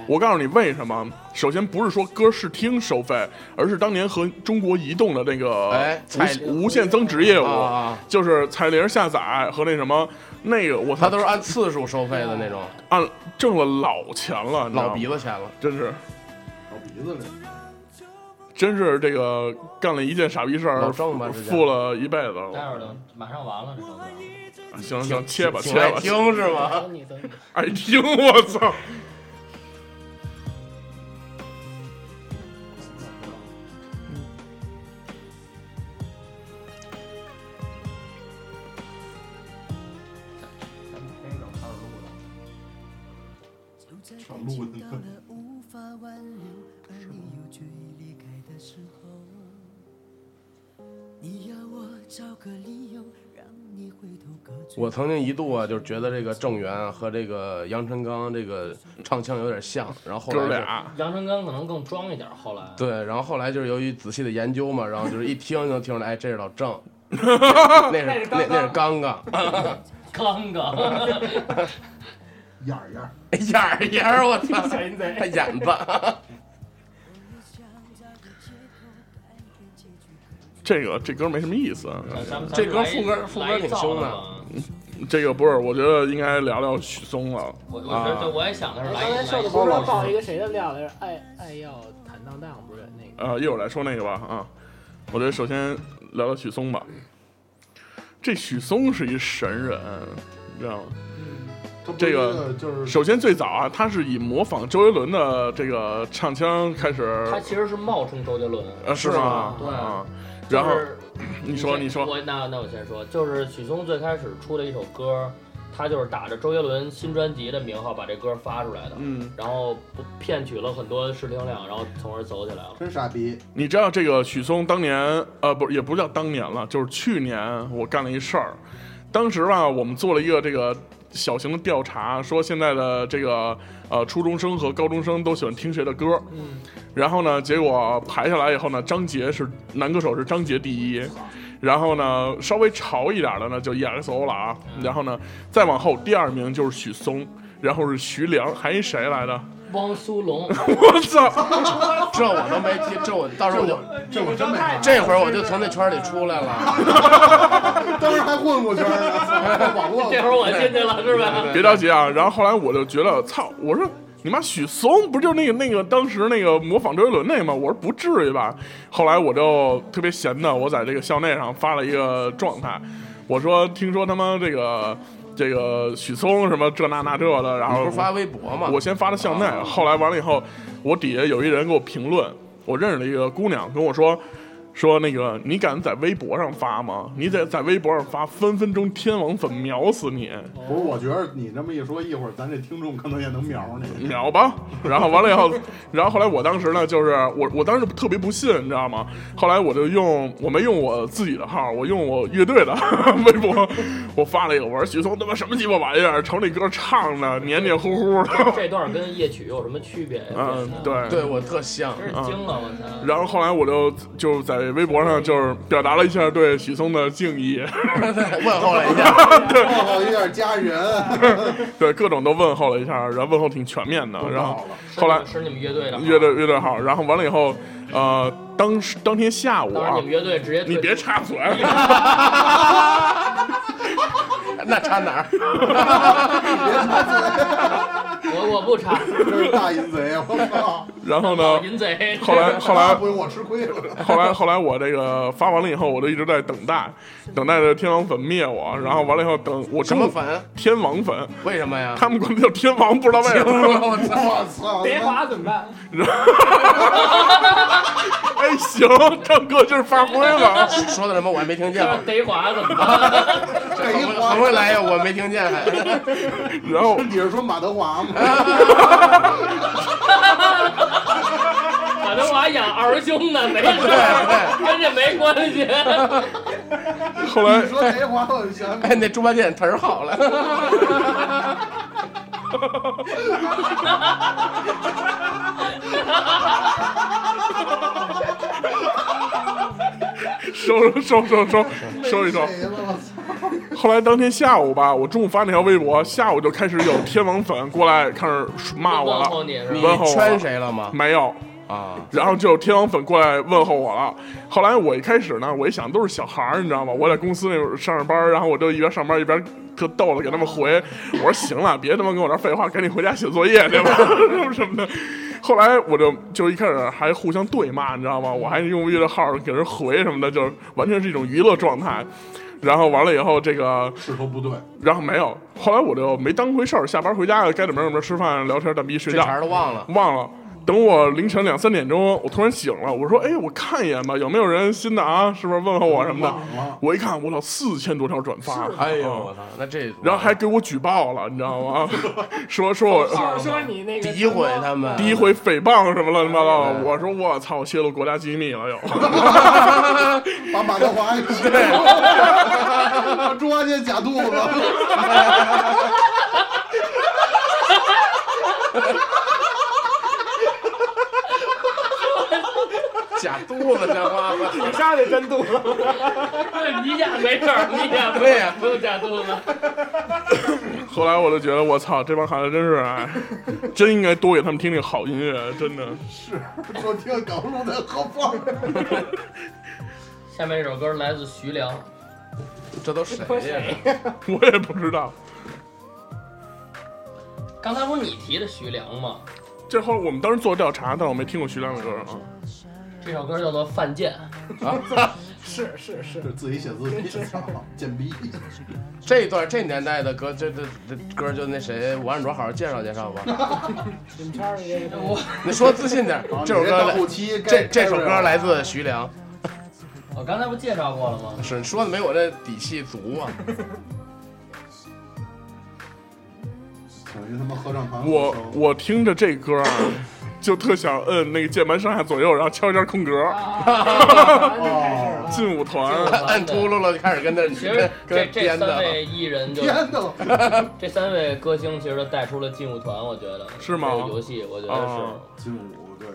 Speaker 2: 我告诉你为什么？首先不是说歌试听收费，而是当年和中国移动的那个
Speaker 3: 哎彩铃
Speaker 2: 无无限增值业务
Speaker 3: 啊，
Speaker 2: 就是彩铃下载和那什么那个，我操
Speaker 3: 他都是按次数收费的那 种，
Speaker 2: 按挣了老钱了，你知道吗
Speaker 3: 老鼻子钱了。
Speaker 2: 真是。
Speaker 5: 老鼻子了。
Speaker 2: 真是这个干了一件傻逼事儿
Speaker 3: 老，郑吧这哎叫
Speaker 2: 负了一辈子。
Speaker 4: 待会儿就马上完了这首歌。
Speaker 2: 行行，切吧切
Speaker 3: 挺爱
Speaker 2: 吧，
Speaker 3: 听是吗？
Speaker 6: 等你等你，
Speaker 2: 爱听我操！
Speaker 7: 就在
Speaker 5: 少
Speaker 7: 感
Speaker 5: 录
Speaker 7: 情
Speaker 5: 呢
Speaker 7: 到了无法挽留，而你又决意离开的时候，你要我找个理由让你回头隔绝。
Speaker 3: 我曾经一度啊，就是觉得这个郑源啊和这个杨臣刚这个唱腔有点像，然 后后来
Speaker 2: 哥
Speaker 3: 就
Speaker 2: 俩，
Speaker 4: 杨成刚可能更装一点，后来
Speaker 3: 对，然后后来就是由于仔细的研究嘛，然后就是一听就能听出来，哎，这是老 郑，那是那那是刚刚，
Speaker 4: 刚 刚
Speaker 5: 眼儿眼儿，
Speaker 3: 哎眼儿眼儿，我 操，
Speaker 6: 小淫贼
Speaker 3: 他眼子，
Speaker 2: 这个这歌没什么意思。啊
Speaker 3: 这歌副歌副歌挺凶的
Speaker 2: 这个不是，我觉得应该聊聊许嵩了。
Speaker 4: 我我觉
Speaker 3: 啊
Speaker 4: 得我也想的是来
Speaker 6: 刚才
Speaker 4: 一来
Speaker 6: 瘦子
Speaker 4: 一
Speaker 6: 不是说爆一个谁的料来着？爱爱要坦荡荡，不是那个
Speaker 2: 呃，一会儿来说那个吧啊。我觉得首先聊聊许嵩吧。这许嵩是一神人，你知道吗？
Speaker 5: 他不
Speaker 2: 这
Speaker 5: 是
Speaker 2: 个
Speaker 5: 一
Speaker 3: 嗯
Speaker 5: 就是
Speaker 2: 首先最早啊，他是以模仿周杰伦的这个唱腔开始，
Speaker 4: 他其实是冒充周杰伦。
Speaker 2: 呃，是吗？
Speaker 4: 对
Speaker 2: 啊。然后
Speaker 4: 就是
Speaker 2: 你说，
Speaker 4: 先
Speaker 2: 你说，
Speaker 4: 我那那我先说，就是许嵩最开始出了一首歌，他就是打着周杰伦新专辑的名号把这歌发出来的，
Speaker 2: 嗯，
Speaker 4: 然后不骗取了很多试听量，然后从而走起来了。
Speaker 5: 真傻逼，
Speaker 2: 你知道这个许嵩当年，呃，不，也不是叫当年了，就是去年我干了一事儿。当时吧，我们做了一个这个小型的调查，说现在的这个呃初中生和高中生都喜欢听谁的歌。
Speaker 6: 嗯，
Speaker 2: 然后呢，结果排下来以后呢，张杰是男歌手是张杰第一，然后呢 E 稍微潮一点的呢就 EXO 了啊，然后呢再往后第二名就是许嵩。然后是徐良，还有谁来的？
Speaker 4: 汪苏泷，
Speaker 2: 我操！
Speaker 3: 这我都没听，这我到时候我就
Speaker 5: 这我真没看。
Speaker 3: 这会儿我就从那圈里出来了。
Speaker 5: 当时还混过圈儿呢，网络
Speaker 4: 这会儿我进去了是吧？
Speaker 2: 别着急啊！然后后来我就觉得，操！我说你妈许嵩不就那个那个当时那个模仿周杰伦那个吗？我说不至于吧。后来我就特别闲的，我在这个校内上发了一个状态，我说听说他妈这个这个许嵩什么这那那这的，然
Speaker 3: 你
Speaker 2: 后
Speaker 3: 不是发微博吗？
Speaker 2: 我先发的向内，后来完了以后，我底下有一人给我评论，我认识了一个姑娘，跟我说。说那个，你敢在微博上发吗？你得在微博上发，分分钟天王粉秒死你！
Speaker 5: 不是，我觉得你这么一说，一会儿咱这听众可能也能瞄你。
Speaker 2: 秒吧。然后完了以后，然后后来我当时呢，就是我我当时特别不信，你知道吗？后来我就用我没用我自己的号，我用我乐队的 微博，我发了一个，我说许嵩他妈什么鸡巴玩意儿，瞅你歌唱的黏黏糊糊的，
Speaker 4: 这段跟夜曲有什么区别？
Speaker 2: 嗯，对嗯
Speaker 3: 对我特像，
Speaker 4: 真是惊了，我操！
Speaker 2: 然后后来我就就在微博上就是表达了一下对许嵩的敬意，
Speaker 3: 问候了一下，
Speaker 5: 报告一下家人，
Speaker 2: 对各种都问候了一下，然后问候挺全面的。然后后来
Speaker 4: 是你们乐队的吗
Speaker 2: 乐队乐队好，然后完了以后，呃，当时当天下午
Speaker 4: 当时
Speaker 2: 啊
Speaker 4: 你们，乐队直接 退
Speaker 2: 你别插嘴，
Speaker 3: 那差哪儿？
Speaker 4: 我我不插，
Speaker 2: 嗯
Speaker 5: 这是大淫贼！我靠，
Speaker 2: 然后 呢，
Speaker 4: 淫贼。
Speaker 2: 后来后来
Speaker 5: 不用我吃亏了。
Speaker 2: 后来后来我这个发完了以后，我就一直在等待，等待着天王粉灭我，然后完了以后等我
Speaker 3: 什
Speaker 2: 中
Speaker 3: 么
Speaker 2: 午
Speaker 3: 粉？
Speaker 2: 天王粉，
Speaker 3: 为什么呀？
Speaker 2: 他们管他叫天王，不知道为什么。
Speaker 3: 我操！
Speaker 5: 我操！
Speaker 6: 别滑怎 么办？
Speaker 2: 哎，行，张哥就是发挥了。
Speaker 3: 说的什么我还没听见
Speaker 4: 要
Speaker 3: 呢
Speaker 4: 是。得滑怎么办？
Speaker 5: 这一
Speaker 3: 横回来呀，我没听见 还。
Speaker 2: 然后
Speaker 5: 你是说马德华吗？
Speaker 4: 马德华养二兄呢，没事
Speaker 3: 对
Speaker 4: 儿，跟这没关系。
Speaker 2: 后来
Speaker 5: 你说谁华，我就想
Speaker 3: 哎，那猪八戒词儿好了，
Speaker 2: 收收收收收一 收。
Speaker 5: 谁了？我操！
Speaker 2: 后来当天下午吧，我中午发那条微博，下午就开始有天王粉过来开始骂我
Speaker 4: 问候
Speaker 2: 了
Speaker 4: 你是，吧
Speaker 3: 你
Speaker 2: 问候啊我
Speaker 3: 圈
Speaker 2: 了
Speaker 3: 谁了吗？
Speaker 2: 没有。
Speaker 3: 啊，
Speaker 2: 然后就有天王粉过来问候我了。后来我一开始呢，我一想都是小孩儿，你知道吗？我在公司那会儿上着班儿，然后我就一边上班一边特逗的给他们回，我说行了，别他妈跟我这儿废话，赶紧回家写作业，对吧？ 什么什么的。后来我就就一开始还互相对骂，你知道吗？我还用乐队号给人回什么的，就是完全是一种娱乐状态。然后完了以后，这个
Speaker 5: 势头不对，
Speaker 2: 然后没有，后来我就没当回事儿，下班回家该怎么样怎么样，吃饭聊天蛋逼睡
Speaker 3: 这
Speaker 2: 觉
Speaker 3: 茬，儿都忘了。
Speaker 2: 忘了。等我凌晨两三点钟，我突然醒了，我说：“哎，我看一眼吧，有没有人新的啊？是不是问候我什么
Speaker 3: 嗯
Speaker 2: 的
Speaker 5: 了？”
Speaker 2: 我一看，我操，四千多条转发，嗯
Speaker 3: 哎呦，我操！那这
Speaker 2: 然后还给我举报了，你知道 吗？说说我
Speaker 6: 就是说你那个
Speaker 3: 诋毁他们，
Speaker 2: 诋毁、诽谤什么乱七八
Speaker 3: 哎
Speaker 2: 糟的，我说我操，泄露国家机密 了又。
Speaker 5: 把马德华对， 把猪八戒假肚子，
Speaker 3: 假肚子这话吧。
Speaker 6: 你杀得真肚子，
Speaker 4: 哎你俩没事儿，你俩
Speaker 3: 对呀
Speaker 4: 不用假肚子。
Speaker 2: 后来我就觉得我操，这帮孩子真是，哎，真应该多给他们听听好音乐，真的。
Speaker 5: 说听搞不出咱何方。
Speaker 4: 下面这首歌来自徐良，
Speaker 3: 这都谁 呀？
Speaker 2: 我也不知道。
Speaker 4: 刚才不是你提的徐良吗？
Speaker 2: 这后来我们当时做调查，但我没听过徐亮的歌啊。
Speaker 4: 这首歌叫做《犯贱》。
Speaker 6: 是是是，
Speaker 5: 这自己写自己，操，贱逼！
Speaker 3: 这一段这年代的歌，这这这歌就那谁，王安卓好好介绍介绍吧。
Speaker 6: 你们圈里这个东西
Speaker 3: 你说自信点儿，这首歌
Speaker 5: 到
Speaker 3: 来
Speaker 5: 后期该
Speaker 3: 这这首歌来自徐良，
Speaker 4: 我刚才不介绍过了吗？
Speaker 3: 是你说的没我这底气足 啊。
Speaker 5: 等于他妈合唱团
Speaker 2: 我
Speaker 5: 鼓手
Speaker 2: 我听着这歌啊， 就特想摁那个键盘上下左右，然后敲一下空格，
Speaker 5: 哦
Speaker 6: 啊，
Speaker 2: 进舞团。
Speaker 3: 按秃噜了就开始跟那
Speaker 4: 其实这
Speaker 3: 跟
Speaker 4: 这
Speaker 3: 编
Speaker 4: 三
Speaker 3: 的了。
Speaker 4: 位艺人就
Speaker 5: 天呐，
Speaker 4: 这三位歌星其实都带出了劲舞团，我觉得
Speaker 2: 是吗
Speaker 4: 这个游戏我觉得
Speaker 2: 哦
Speaker 4: 是，
Speaker 5: 劲舞对，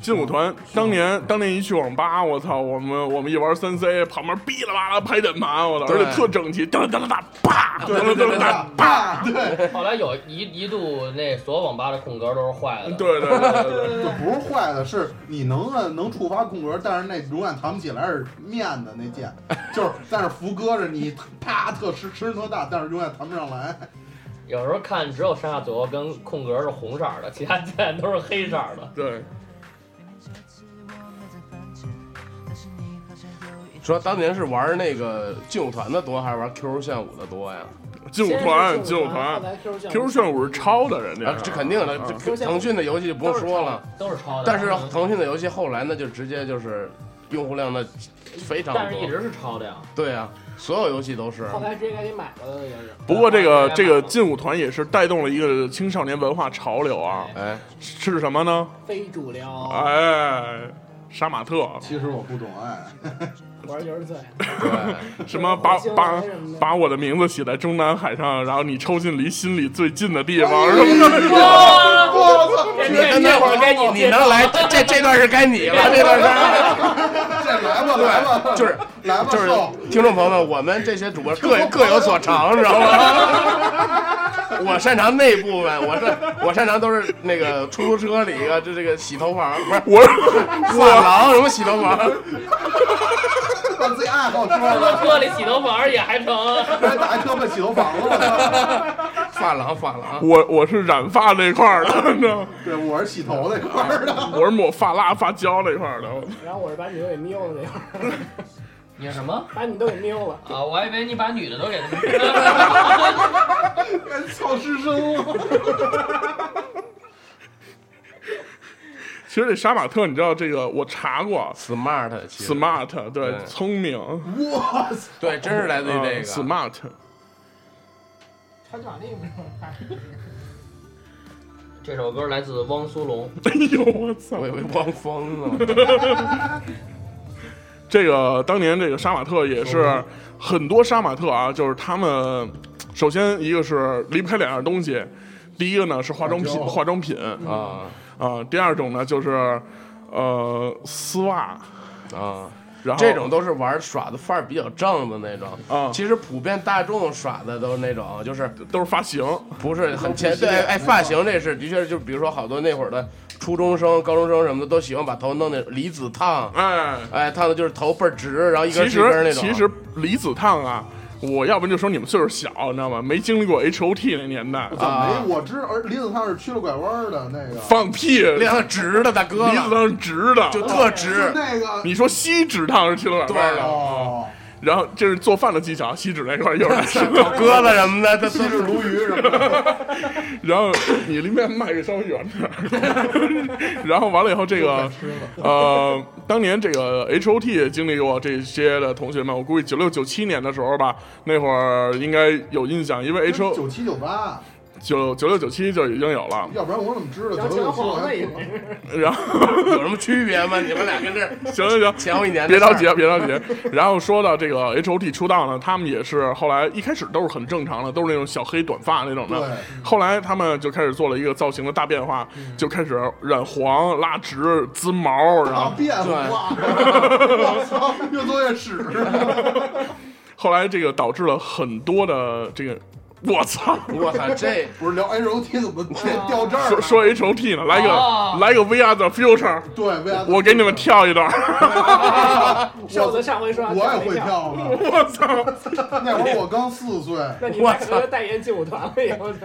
Speaker 2: 劲舞团当年当年一去网吧，我操，我们我们一玩三 C，旁边哔啦吧啦拍键盘，我操，而
Speaker 3: 对
Speaker 2: 且特整齐，噔噔噔噔，啪，噔噔噔噔，
Speaker 5: 啪， 对，
Speaker 4: 后来有一一度那所有网吧的空格都是坏的，
Speaker 2: 对对对对对对，
Speaker 5: 这不是坏的，是你能按能触发空格，但是那永远弹不起来是面的那键，就是但是福哥着你啪特吃吃多大，但是永远弹不上来。
Speaker 4: 有时候看只有上下左右跟空格是红色儿的，其他键都是黑色 儿的。
Speaker 2: 对，
Speaker 3: 说当年是玩那个劲舞团的多，还是玩 QQ 炫舞的多呀？
Speaker 2: 劲舞团劲舞团
Speaker 6: 后来 Q 炫
Speaker 2: ，Q 炫舞是抄的，人家
Speaker 3: 啊，这肯定的，
Speaker 2: 啊
Speaker 3: 这腾讯的游戏就不用说了。
Speaker 4: 都是抄的，
Speaker 3: 但是腾讯的游戏后来呢，就直接就是用户量的非常
Speaker 4: 但是一
Speaker 3: 多。
Speaker 4: 直是抄的呀。
Speaker 3: 对啊，所有游戏都是。
Speaker 6: 后来直接给你买了的也是。
Speaker 2: 不过这个
Speaker 4: 啊
Speaker 2: 这个劲舞团也是带动了一个青少年文化潮流啊，
Speaker 3: 哎，
Speaker 2: 是什么呢？
Speaker 6: 非主流，
Speaker 2: 哎，杀马特，
Speaker 5: 其实我不懂爱，
Speaker 6: 我是九十 岁，
Speaker 3: 对，
Speaker 2: 什么把
Speaker 6: 就是
Speaker 2: 把
Speaker 6: 火星文什么的
Speaker 2: 把我的名字写在中南海上，然后你抽进离心里最近的地方，
Speaker 6: 哎
Speaker 2: 什么的。
Speaker 5: 哎我操，
Speaker 3: 那那会儿该你，你能来，这这这段是该你了，这段是。
Speaker 5: 这来吧来吧，
Speaker 3: 就是
Speaker 5: 来吧，
Speaker 3: 就是
Speaker 5: 受
Speaker 3: 听众朋友们，我们这些主播各各有所长，知道吗？ 我擅长那部分，我这我擅长都是那个出租车里啊，就这个洗头房，不是
Speaker 2: 我
Speaker 3: 发廊什么洗头房，
Speaker 5: 把自己爱好说
Speaker 4: 出租
Speaker 5: 了，
Speaker 4: 车里洗头房也还成，
Speaker 5: 还打一车奔洗头房了 吧？
Speaker 3: 发廊发廊，
Speaker 2: 我我是染发那块儿的，你知道吗
Speaker 5: 对，我是洗头那块儿的。
Speaker 2: 我是抹发蜡发胶那块儿的。
Speaker 6: 然后我是把你都给瞄了那会儿，
Speaker 4: 你是什么？
Speaker 6: 把你都给瞄了。
Speaker 4: 啊，我还以为你把女的都给他们。
Speaker 5: 操师生，啊
Speaker 2: 其实这杀马特，你知道这个我查过啊
Speaker 3: smart 其实
Speaker 2: ，smart 对
Speaker 3: 对，
Speaker 2: 聪明，
Speaker 5: 我操！
Speaker 3: 对，真是来自于这
Speaker 2: 嗯
Speaker 3: 个。
Speaker 2: smart，
Speaker 6: 他长那个
Speaker 4: 这首歌来自汪苏泷，
Speaker 2: 哎呦我操
Speaker 3: 我！以为汪峰呢，
Speaker 2: 这个当年这个杀马特也
Speaker 3: 嗯
Speaker 2: 是很多杀马特啊，就是他们首先一个是离不开两样东西，第一个呢是化妆品，
Speaker 5: 化妆
Speaker 2: 化妆品啊、
Speaker 3: 啊
Speaker 2: 第二种呢就是呃丝袜，
Speaker 3: 啊，
Speaker 2: 然后
Speaker 3: 这种都是玩耍的范儿比较正的那种。
Speaker 2: 啊
Speaker 3: 其实普遍大众耍的都是那种，就是
Speaker 2: 都是发型，
Speaker 3: 不是很前对，哎，发型这是的确是，就比如说好多那会儿的初中生、高中生什么的，都喜欢把头弄的离子烫，
Speaker 2: 哎，
Speaker 3: 哎，烫的就是头倍儿直，然后一根
Speaker 2: 其
Speaker 3: 儿一根儿那
Speaker 2: 实
Speaker 3: 种。
Speaker 2: 其实离子烫啊。我要不然就说你们岁数小，你知道吗？没经历过 H O T 那年代，
Speaker 3: 啊
Speaker 5: 怎么没？我知道，而李子烫是曲了拐弯儿的那个，
Speaker 2: 放屁！离
Speaker 3: 亮的直的大哥
Speaker 2: 子烫是直的，
Speaker 3: 就特
Speaker 5: 是
Speaker 3: 直，
Speaker 5: 那个
Speaker 2: 你说锡纸烫是七棱拐弯的，
Speaker 5: 哦，
Speaker 2: 然后这是做饭的技巧，锡纸那块儿一 会儿来说。
Speaker 3: 鸽子什么的，他
Speaker 5: 西式鲈鱼什么的，
Speaker 2: 然后你离面卖给稍微远点儿， 然后完了以后，这 个呃，当年这个 H O T 也经历过这些的同学们，我估计九六九七年的时候吧，那会儿应该有印象，因为 H O
Speaker 5: 九七九八，
Speaker 2: 九九六九七就已经有了。
Speaker 5: 要不然我怎么知道
Speaker 6: 杨
Speaker 5: 九九
Speaker 6: 千
Speaker 5: 九七
Speaker 6: 皇
Speaker 5: 我
Speaker 6: 那
Speaker 5: 还
Speaker 6: 也
Speaker 5: 不知道
Speaker 6: 是，
Speaker 2: 然后
Speaker 3: 有什么区别吗？你们俩跟这儿
Speaker 2: 行行行，
Speaker 3: 前后一年
Speaker 2: 别
Speaker 3: 的事
Speaker 2: 着
Speaker 3: 儿
Speaker 2: 急，啊，别着急。然后说到这个 H O T 出道呢，他们也是后来一开始都是很正常的，都是那种小黑短发那种
Speaker 5: 对
Speaker 2: 的。后来他们就开始做了一个造型的大变化，就开始染黄、拉直、滋毛，然
Speaker 5: 大
Speaker 2: 后
Speaker 5: 变化， 我操，越做越屎。
Speaker 2: 后来这个导致了很多的这个，我操！
Speaker 3: 我操，这
Speaker 5: 不是聊 H O T 怎么
Speaker 6: 啊
Speaker 5: 掉这儿
Speaker 2: 说
Speaker 5: 了？
Speaker 2: 说 H O T 呢，来个、
Speaker 4: 哦
Speaker 2: 来个 We Are the Future，
Speaker 5: 对，为啥
Speaker 2: 我给你们跳一段。
Speaker 6: 瘦子上回说
Speaker 5: 我
Speaker 6: 要
Speaker 5: 也
Speaker 6: 跳
Speaker 5: 会跳呢。
Speaker 6: 一跳，
Speaker 2: 我操！
Speaker 5: 那会儿我刚四岁，
Speaker 6: 那你
Speaker 3: 我
Speaker 6: 大哥代言劲舞团了以后 呢？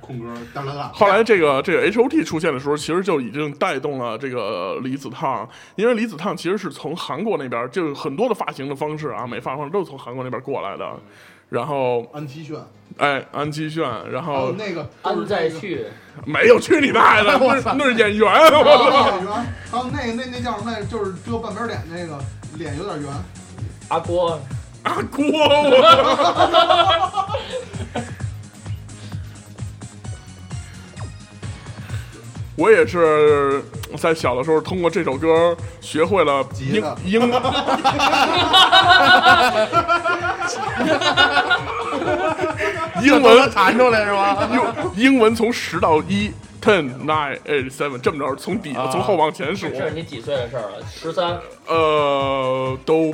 Speaker 5: 空哥哒啦啦。
Speaker 2: 后来这个这个 H O T 出现的时候，其实就已经带动了这个离子烫，因为离子烫其实是从韩国那边，就是很多的发型的方式啊，美发方式都是从韩国那边过来
Speaker 5: 嗯
Speaker 2: 的。然后，
Speaker 5: 安七炫，
Speaker 2: 哎，安七炫，然
Speaker 5: 还有
Speaker 2: 后
Speaker 5: 哦那个
Speaker 4: 安在旭，
Speaker 2: 没有去你大 爷的，那是那是演员，啊
Speaker 5: 那
Speaker 2: 我
Speaker 5: 个
Speaker 2: 操！
Speaker 5: 演员，还有那个那那叫什么来着？就是遮半边脸那个，脸有点圆。
Speaker 4: 阿郭，
Speaker 5: 哦
Speaker 2: 阿郭，我 我也是在小的时候通过这首歌学会了
Speaker 5: 急
Speaker 2: 英
Speaker 5: 了
Speaker 2: 英，英
Speaker 3: 这都能
Speaker 2: 文
Speaker 3: 弹出来是吗？
Speaker 2: 用英文从十到一 ten nine eight seven，这么着从底
Speaker 3: 啊
Speaker 2: 从后往前数，
Speaker 4: 这是你几岁的事儿了？十三，
Speaker 2: 呃，都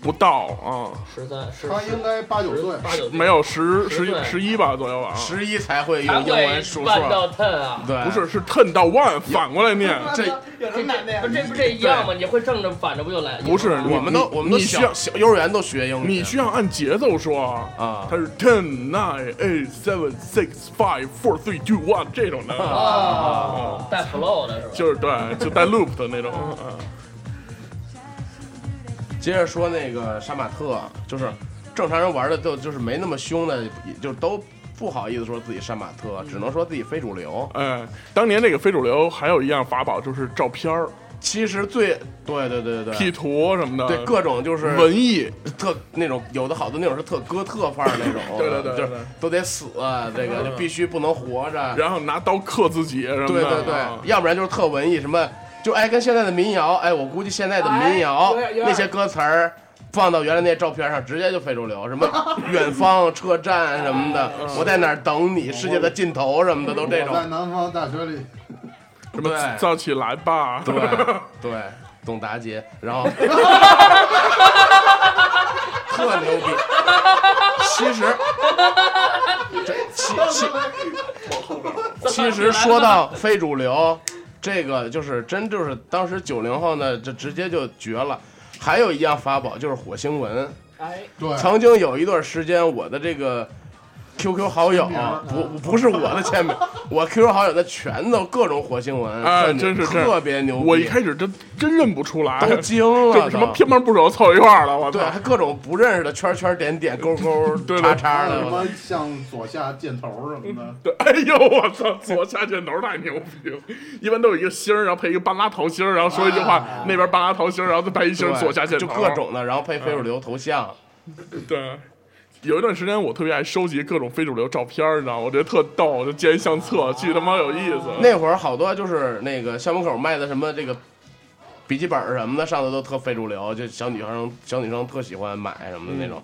Speaker 2: 不到啊，
Speaker 4: 十三，十
Speaker 5: 他应该八九岁，
Speaker 4: 八九岁
Speaker 2: 没有十十
Speaker 4: 十岁
Speaker 2: 一十一吧左右啊，
Speaker 3: 十一才会
Speaker 4: 还
Speaker 3: 用英
Speaker 4: 会
Speaker 3: 文数
Speaker 4: 办
Speaker 3: 数，
Speaker 4: 到 ten 啊？
Speaker 3: 对，
Speaker 2: 不是是 ten 到 one 反过来念，
Speaker 3: 这
Speaker 6: 有什
Speaker 4: 这
Speaker 6: 么难的呀
Speaker 4: 不？这不这一样吗？你会正着反着不就来？
Speaker 2: 不是
Speaker 4: 你
Speaker 2: 你
Speaker 3: 我们都
Speaker 2: 你
Speaker 3: 我们都
Speaker 2: 你需要
Speaker 3: 小小幼儿园都学英语，
Speaker 2: 你需要按节奏说啊，
Speaker 3: 啊
Speaker 2: 它，是 ten nine eight seven six five four three two one 这种的，
Speaker 3: 啊
Speaker 4: 哦，啊带 flow 的是吧？
Speaker 2: 就是对，就带 loop 的那种，
Speaker 3: 啊
Speaker 2: 嗯
Speaker 3: 接着说那个杀马特，就是正常人玩的都就是没那么凶的，也就都不好意思说自己杀马特，只能说自己非主流。
Speaker 2: 哎，当年这个非主流还有一样法宝就是照片儿、
Speaker 3: 其实最对对对对
Speaker 2: P
Speaker 3: 对，
Speaker 2: 图什么的，
Speaker 3: 对各种就是
Speaker 2: 文艺，
Speaker 3: 特那种有的好多那种是特哥特范儿那 种，
Speaker 2: 对对对
Speaker 3: 就
Speaker 2: 对
Speaker 3: 是都得死，啊这个就必须不能活着。
Speaker 2: 然后拿刀刻自己什么的，
Speaker 3: 对对对
Speaker 2: 啊，
Speaker 3: 要不然就是特文艺，什么就哎跟现在的民谣，哎，我估计现在的民谣
Speaker 6: 哎有点有点
Speaker 3: 那些歌词儿。放到原来那照片上，直接就非主流， 什么远方车站什么的，我在哪儿等你，世界的尽头什么的，都这
Speaker 5: 我在
Speaker 3: 种。
Speaker 5: 南方大学里，
Speaker 2: 什么
Speaker 3: 对
Speaker 2: 造起来吧，
Speaker 3: 对对，董达杰，然 后特牛逼。其实，这其其其实说到非主流，这个就是真就是当时九零后呢，这直接就绝了。还有一样法宝就是火星文，
Speaker 6: 哎，
Speaker 5: 对，
Speaker 3: 曾经有一段时间，我的这个 QQ 好友
Speaker 5: 签名
Speaker 3: 不不是我的签名，我 QQ 好友的全都各种火星文，
Speaker 2: 哎
Speaker 3: 特牛
Speaker 2: 真是这样
Speaker 3: 特别牛逼。
Speaker 2: 我一开始真真认不出来，
Speaker 3: 都惊了，
Speaker 2: 这什么
Speaker 3: 都
Speaker 2: 偏门不手凑一块儿了，我操
Speaker 3: 对，！还各种不认识的圈圈点点勾勾
Speaker 2: 对
Speaker 3: 叉
Speaker 2: 对
Speaker 3: 叉
Speaker 5: 还有
Speaker 3: 的，
Speaker 5: 什
Speaker 3: 我
Speaker 5: 么
Speaker 3: 操
Speaker 5: 向左下箭头什么的，
Speaker 2: 对， 哎呦我操，左下箭头太牛逼了！一般都有一个星儿，然后配一个半拉桃心儿，然后说一句话，那边半拉桃心儿，然后再配一星
Speaker 3: 对
Speaker 2: 儿左下箭头，
Speaker 3: 啊
Speaker 2: 嗯
Speaker 3: 就各种的，然后配非主流头像，
Speaker 2: 对。有一段时间，我特别爱收集各种非主流照片儿，你知道吗？我觉得特逗，我就建一相册，巨他妈有意思。
Speaker 3: 啊那会儿好多就是那个校门口卖的什么这个笔记本儿什么的，上头都特非主流，就小女生小女生特喜欢买什么的那种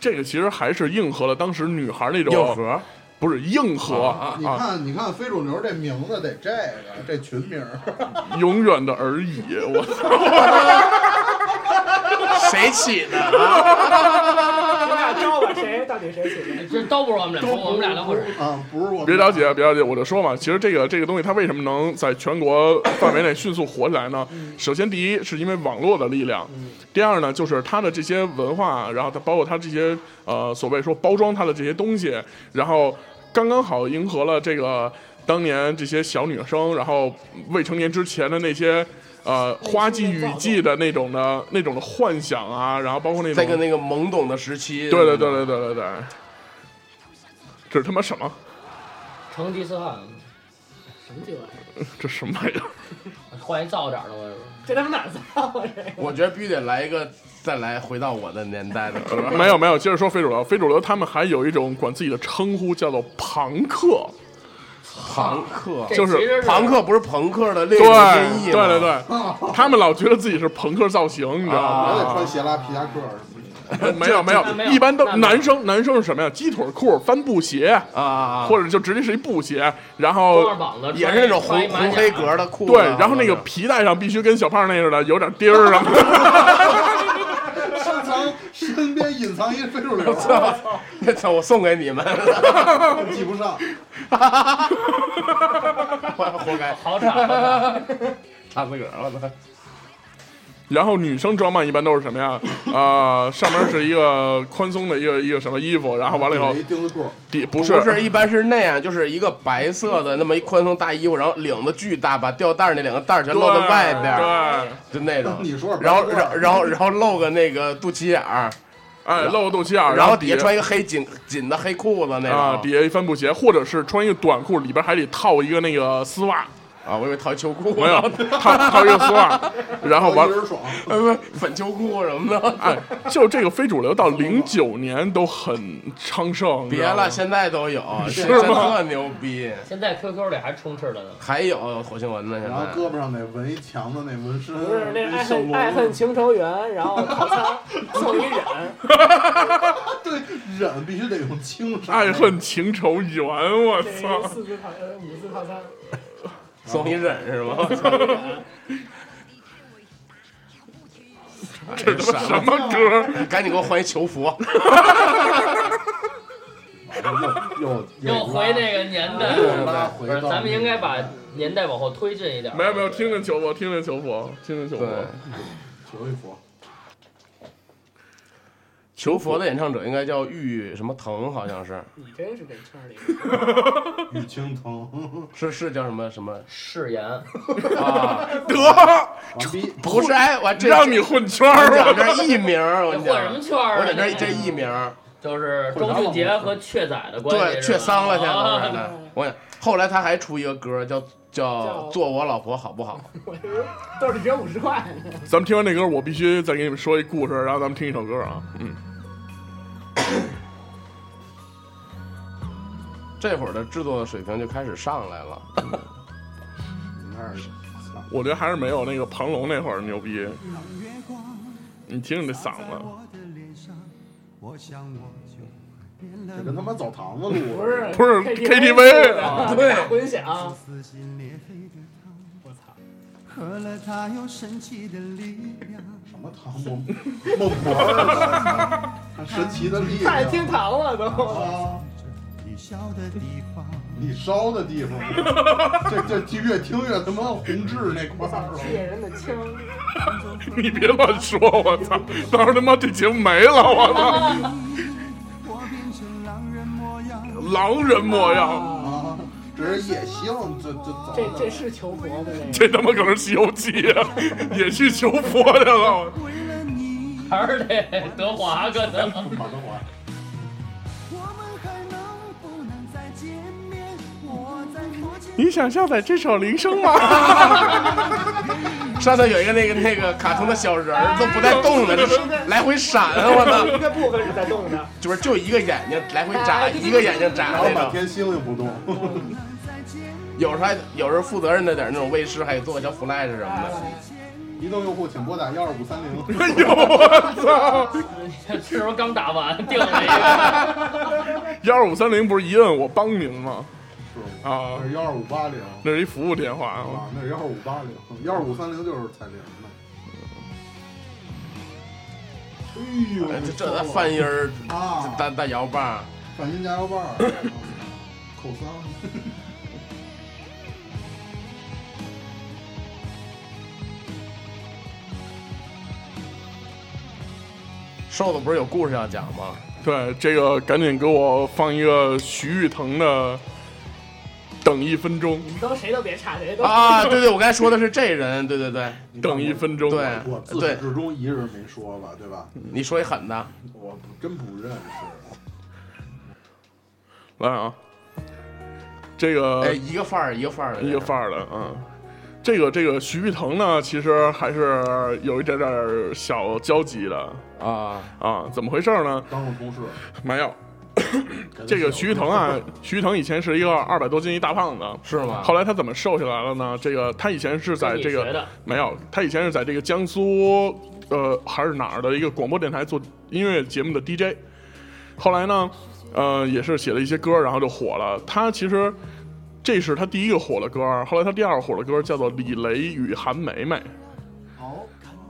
Speaker 2: 这个其实还是应和了当时女孩那种
Speaker 3: 硬核，啊
Speaker 2: 不是硬核啊
Speaker 5: 你看你看非主流这名字得这个这群名儿，
Speaker 2: 永远的而已。我 操！嗯
Speaker 3: 谁起的啊？
Speaker 6: 咱俩招吧，谁到底谁起的？
Speaker 4: 这都不是我们俩，我们俩都不是。
Speaker 5: 啊，不是我们
Speaker 2: 别了解，别了解，我就说嘛，其实这个这个东西它为什么能在全国范围内迅速火起来呢？首先，第一是因为网络的力量，第二呢就是它的这些文化，然后它包括它这些呃所谓说包装它的这些东西，然后刚刚好迎合了这个当年这些小女生，然后未成年之前的那些。呃，花季雨季的那种的那种的幻想啊，然后包括那种
Speaker 3: 在个那个懵懂的时期，
Speaker 2: 对对对对对对对，这是他妈什么？
Speaker 4: 成吉思汗，
Speaker 6: 什么鸡巴玩意儿？
Speaker 2: 这什么玩意儿？
Speaker 4: 换一造点儿的我。
Speaker 6: 这他妈哪儿造啊？这
Speaker 3: 我觉得必须得来一个，再来回到我的年代的 歌，
Speaker 2: 没有没有，接着说非主流，非主流他们还有一种管自己的称呼叫做朋克，
Speaker 3: 朋克，
Speaker 4: 这
Speaker 2: 就是
Speaker 4: 其实
Speaker 3: 朋克不是朋克的另一
Speaker 2: 对
Speaker 3: 种音
Speaker 2: 对
Speaker 3: 译吗？
Speaker 2: 对对，他们老觉得自己是朋克造型，你知道
Speaker 5: 我
Speaker 2: 吗？
Speaker 5: 得穿斜拉皮夹克儿什么的。
Speaker 2: 没有 没
Speaker 4: 那没
Speaker 2: 有，
Speaker 4: 有
Speaker 2: 一般都
Speaker 4: 那没有
Speaker 2: 男生男生是什么呀？鸡腿裤、帆布鞋，
Speaker 3: 啊啊，啊
Speaker 2: 或者就直接是一布鞋，然
Speaker 4: 光着
Speaker 2: 后
Speaker 4: 膀子，
Speaker 3: 也是那种
Speaker 4: 穿
Speaker 3: 红
Speaker 4: 一马
Speaker 3: 红
Speaker 4: 甲
Speaker 3: 黑格的裤子，啊
Speaker 2: 对，然后那个皮带上必须跟小胖那似的有点钉 儿什啊么的，
Speaker 5: 深藏身边隐藏一非主流，
Speaker 3: 那操，我送给你们，
Speaker 5: 记不上。
Speaker 3: 活该
Speaker 4: 好 惨啊，
Speaker 3: 差自个儿了都。
Speaker 2: 然后女生装扮一般都是什么 呀？啊，上面是一个宽松的一个一个什么衣服，然后完了以后
Speaker 5: 一钉子裤，
Speaker 2: 底不
Speaker 3: 不
Speaker 2: 是
Speaker 3: 是，一般是那样，就是一个白色的那么一宽松大衣服，然后领子巨大，把吊带儿那两个带儿全
Speaker 2: 对
Speaker 3: 露在外边儿，
Speaker 2: 对。
Speaker 3: 就那种。
Speaker 5: 你说是
Speaker 3: 然后，
Speaker 5: 白
Speaker 3: 然后，然后，然后露个那个肚脐眼儿，
Speaker 2: 哎，露个肚脐眼儿，
Speaker 3: 啊然后底
Speaker 2: 底
Speaker 3: 下穿一个黑紧紧的黑裤子那
Speaker 2: 啊，
Speaker 3: 种
Speaker 2: 底。下一帆布鞋，或者是穿一个短裤，里边还得套一个那个丝袜，
Speaker 3: 啊，我以为套一秋裤，
Speaker 2: 没 有套套一个丝袜，然后完
Speaker 5: 一人爽，
Speaker 3: 呃，不粉秋裤什么的。
Speaker 2: 哎，就这个非主流到零九年都很昌盛，你知
Speaker 3: 别
Speaker 2: 道吗
Speaker 3: 了，现在都有，
Speaker 2: 是
Speaker 3: 现在
Speaker 2: 吗
Speaker 3: 特牛逼，
Speaker 4: 现在 QQ 里还充斥着呢。
Speaker 3: 还有火星文呢，现
Speaker 5: 然后
Speaker 3: 在。
Speaker 5: 胳膊上得纹一强子那纹身，
Speaker 6: 不
Speaker 4: 哎
Speaker 6: 是那个爱
Speaker 5: 小
Speaker 6: 恨
Speaker 5: 龙
Speaker 6: 爱恨情仇缘，然后套餐送你忍，
Speaker 5: 对，忍必须得用轻伤。
Speaker 2: 爱恨情仇缘，我
Speaker 6: 这
Speaker 2: 操
Speaker 6: 是！四次套呃五次套餐，
Speaker 3: 送你忍是吗？
Speaker 2: 这他妈什么歌？
Speaker 3: 赶紧给我换一囚服，
Speaker 5: 又又
Speaker 4: 又回那个年代，
Speaker 5: 又拉回
Speaker 4: 不是
Speaker 5: 到
Speaker 4: 咱们应该把年代往后推进一点。
Speaker 2: 没有没有，听着求佛，听着求佛，听着求佛
Speaker 3: 对。
Speaker 5: 求一佛，
Speaker 3: 求佛的演唱者应该叫玉什么腾，好像是，
Speaker 6: 你真是这圈儿里
Speaker 5: 玉青 藤，
Speaker 3: 是是叫什么什么
Speaker 4: 誓言，
Speaker 3: 啊？
Speaker 2: 得，
Speaker 5: 完逼，
Speaker 3: 不是，哎，我这
Speaker 2: 让你混圈
Speaker 3: 我
Speaker 2: 儿
Speaker 3: 讲
Speaker 2: 了。
Speaker 3: 这艺名儿，我
Speaker 4: 这
Speaker 3: 跟你
Speaker 4: 混什
Speaker 3: 讲
Speaker 4: 么，圈儿
Speaker 3: 我
Speaker 4: 啊？
Speaker 3: 讲这这艺名儿，
Speaker 4: 就是周俊杰和雀仔的关系是
Speaker 3: 对，
Speaker 4: 吧，
Speaker 3: 却丧了，现在都是
Speaker 4: 啊
Speaker 3: 的。我讲，后来他还出一个歌叫叫
Speaker 6: 叫
Speaker 3: 做我老婆好不好？
Speaker 6: 我以为兜里只有五十块呢。
Speaker 2: 咱们听完这歌，我必须再给你们说一故事，然后咱们听一首歌啊。嗯，
Speaker 3: 这会儿的制作水平就开始上来了，
Speaker 5: 你那儿
Speaker 2: 我觉得还是没有那个庞龙那会儿牛逼。你听你这嗓子，
Speaker 5: 这跟他妈澡堂子录
Speaker 6: 不是
Speaker 2: 不是 KTV 啊
Speaker 6: 对混响，
Speaker 7: 撕心裂肺的糖，
Speaker 6: 我操，
Speaker 7: 喝了它有神奇的力量。
Speaker 5: 什么唐梦孟婆儿的，神奇的力
Speaker 6: 太
Speaker 5: 量，
Speaker 6: 厅堂了都。
Speaker 5: 啊，
Speaker 7: 你笑的地方，
Speaker 5: 你烧的地方，这这这越听越他妈宏志那块儿了。
Speaker 6: 猎人的枪，
Speaker 2: 你别乱说，我操！到时候他妈这节目没了，我操！
Speaker 7: 我变成狼人模样。
Speaker 2: 狼人模
Speaker 3: 哎
Speaker 2: 样，
Speaker 5: 啊，这是野性，这这走
Speaker 6: 这这是求佛的那个。
Speaker 2: 这他妈可能是《西游记》啊，也去求佛去了。
Speaker 7: 为了你，
Speaker 4: 还是得德华可能。
Speaker 5: 马德华，
Speaker 7: 我们还能不能再见面？我在佛前
Speaker 2: 你想下载这首铃声吗？
Speaker 3: 上头有一个那个那个卡通的小人儿都不带动的，就是来回闪啊！我操，
Speaker 6: 一个部分是在动的，
Speaker 3: 就是就一个眼睛来回眨，一个眼睛眨
Speaker 5: 然后
Speaker 3: 那
Speaker 5: 满
Speaker 3: 种。
Speaker 5: 天星星不动，
Speaker 6: 哦
Speaker 7: 再见
Speaker 3: 有时候还有时候负责任的点儿那种卫视还有做叫 Flash 什么的。
Speaker 5: 移动用户请拨打幺二五三零。
Speaker 2: 哎呦，我操！
Speaker 4: 这时候刚打 完，定了一个。
Speaker 2: 幺二五三零不是一摁我帮您吗？
Speaker 5: 是
Speaker 2: 啊
Speaker 6: 哦
Speaker 5: 那是幺二五八零
Speaker 2: 那是一服务电话啊。
Speaker 5: 啊，那是幺二五八零，幺二五三零就是彩铃的。哎呦
Speaker 3: 哎，这这咱翻音儿，
Speaker 5: 啊，
Speaker 3: 大大摇把，
Speaker 5: 反心加油棒儿， 口桑，
Speaker 3: 瘦子不是有故事要讲吗？
Speaker 2: 对，这个赶紧给我放一个徐誉腾的《等一分钟
Speaker 6: 你都谁都别差，谁都
Speaker 3: 啊，对对，我刚才说的是这人，对对对，
Speaker 2: 等一分钟》。
Speaker 3: 对
Speaker 5: 我自始至终一日没说吧，对吧？
Speaker 3: 你说一狠的，
Speaker 5: 我不真不认识，
Speaker 2: 来啊，这个
Speaker 3: 哎，一个范儿一个范儿的，
Speaker 2: 一个范儿的，嗯。这个这个徐誉腾呢，其实还是有一点点儿小交集的
Speaker 3: 儿啊，
Speaker 2: 啊，怎么回事儿呢？
Speaker 5: 当过同事。
Speaker 2: 没有， 这个徐誉腾啊，徐誉腾以前是一个二百多斤一大胖子，
Speaker 3: 是吗？
Speaker 2: 后来他怎么瘦下来了呢？这个他以前是在这
Speaker 4: 跟你啊学
Speaker 2: 个
Speaker 4: 的
Speaker 2: 没有，他以前是在这个江苏呃还是哪儿的一个广播电台做音乐节目的 DJ，后来呢，呃也是写了一些歌，然后就火了。他其实这是他第一个火的歌，后来他第二个火的歌叫做《李雷与韩梅梅》。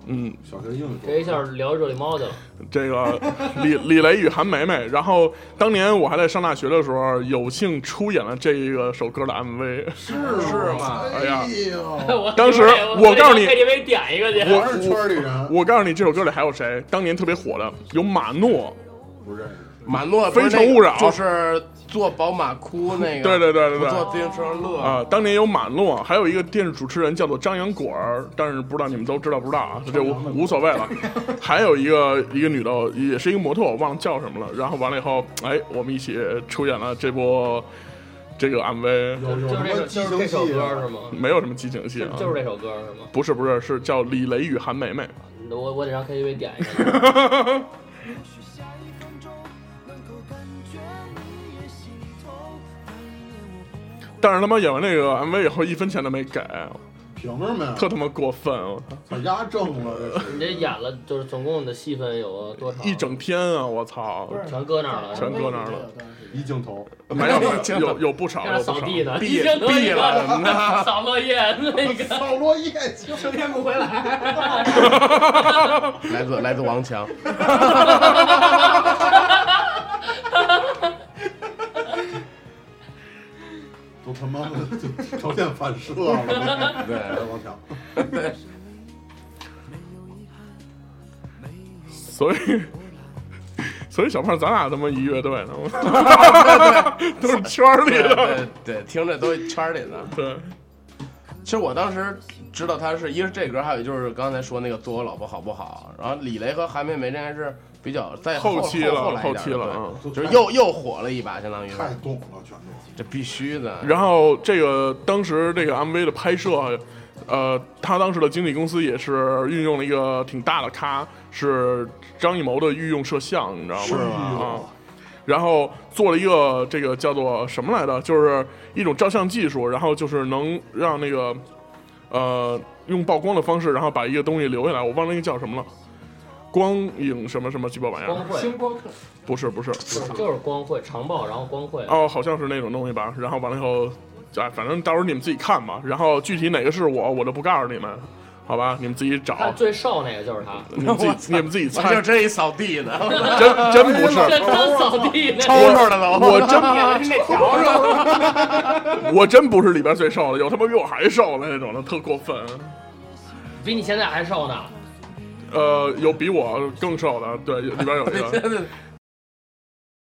Speaker 2: 嗯，
Speaker 5: 小学英语
Speaker 4: 这一下聊热力猫去了，
Speaker 2: 这个李李雷与韩梅梅，然后当年我还在上大学的时候，有幸出演了这个首歌的 MV。
Speaker 5: 是是
Speaker 3: 吗
Speaker 5: 哎 呦，
Speaker 4: 我
Speaker 2: 当时我
Speaker 4: 我
Speaker 2: 告诉你
Speaker 4: KTV 点一个去，
Speaker 5: 我是圈里人，
Speaker 2: 我告诉你，这首歌里还有谁？当年特别火的有马诺，
Speaker 5: 不认识。
Speaker 3: 马诺不是那个
Speaker 2: 非诚勿扰
Speaker 3: 就是坐宝马哭那个，
Speaker 2: 对对对对
Speaker 3: 不
Speaker 2: 对，
Speaker 3: 坐
Speaker 2: 啊、
Speaker 3: 自行车乐，
Speaker 2: 当年有马诺，还有一个电视主持人叫做张扬果儿，但是不知道你们都知道不知道啊？这无无所谓了。 还有一个一个女的，也是一个模特，我忘了叫什么了。然后完了以后，哎，我们一起出演了这波这个 MV
Speaker 5: 有有
Speaker 4: 就是这
Speaker 5: 什
Speaker 4: 首
Speaker 5: 么激
Speaker 4: 就是这
Speaker 5: 情
Speaker 4: 首
Speaker 5: 戏
Speaker 4: 歌是
Speaker 5: 啊？
Speaker 4: 吗？
Speaker 2: 没有什么激情戏
Speaker 4: 就
Speaker 2: 啊，
Speaker 4: 就是这首歌是吗？
Speaker 2: 不是不是，是叫李雷与韩梅梅。
Speaker 4: 我我得让 KTV 点一下。
Speaker 7: 或许下一分钟能够感觉你也心痛，但愿我不
Speaker 2: 但是他妈演完这个 MV 以后，一分钱都没给，
Speaker 5: 凭什么呀？
Speaker 2: 特他妈过分！啊我操，
Speaker 5: 把压正了，这是
Speaker 4: 你这演了，就是总共的戏份有多长？
Speaker 2: 一整天啊！我操
Speaker 6: 不，是
Speaker 4: 全搁那儿了
Speaker 2: 全搁那儿了。
Speaker 5: 一镜头，
Speaker 2: 没有 有有不少，
Speaker 4: 那
Speaker 2: 有不
Speaker 4: 扫
Speaker 2: 少。
Speaker 4: 地呢，
Speaker 3: 闭
Speaker 4: 已经可以
Speaker 3: 闭了什么的
Speaker 4: 扫落叶那个。
Speaker 5: 扫落叶，
Speaker 6: 成天不回来，
Speaker 2: 嗯
Speaker 3: 来自来自王强，
Speaker 5: 都他妈的就条件反射了。
Speaker 3: 对
Speaker 5: 来哎王强，
Speaker 2: 所以， 所以小胖，咱俩他妈一乐队 呢，我都是圈儿里
Speaker 3: 对
Speaker 2: 的。
Speaker 3: 对对，听着都圈儿里呢。
Speaker 2: 对，
Speaker 3: 其实我当时知道他是一是这歌，还有就是刚才说那个做我老婆好不好。然后李雷和韩梅梅这还是比较在后
Speaker 2: 后期
Speaker 3: 后
Speaker 2: 了
Speaker 3: 后来一点
Speaker 2: 后期了
Speaker 3: 对
Speaker 2: 嗯
Speaker 5: 就
Speaker 3: 就是又又火了一把，相当于
Speaker 5: 太懂了，全都
Speaker 3: 这必须的。
Speaker 2: 然后这个当时这个 MV 的拍摄，呃，他当时的经纪公司也是运用了一个挺大的咖，是张艺谋的御用摄像，你知道吗？
Speaker 3: 是
Speaker 5: 哎
Speaker 3: 吗？
Speaker 2: 啊，然后做了一个这个叫做什么来着，就是一种照相技术，然后就是能让那个呃用曝光的方式，然后把一个东西留下来，我忘了那个叫什么了。光影什么什么鸡巴玩意
Speaker 4: 光
Speaker 2: 儿？
Speaker 4: 绘
Speaker 6: 星光客
Speaker 2: 不是不是，
Speaker 4: 就是就是光绘长曝，然后光绘。
Speaker 2: 哦，好像是那种东西吧。然后完了以后，哎，反正到时候你们自己看吧。然后具体哪个是我，我就不告诉你们，好吧？你们自己
Speaker 4: 他
Speaker 2: 找，
Speaker 4: 最瘦那个就是他，
Speaker 2: 你们自
Speaker 3: 我
Speaker 2: 己
Speaker 3: 操
Speaker 2: 你们自己
Speaker 3: 我就
Speaker 2: 猜，
Speaker 3: 这一扫地 的，
Speaker 2: 真真 不是。
Speaker 4: 这真扫地那
Speaker 3: 抽抽的都。
Speaker 2: 我真
Speaker 6: 那条上，
Speaker 2: 我真不是里边最瘦的，有他妈比我还瘦的那种的，特过分。
Speaker 4: 比你现在还瘦呢。
Speaker 2: 呃，有比我更瘦的，对，里边有一个。
Speaker 3: 真的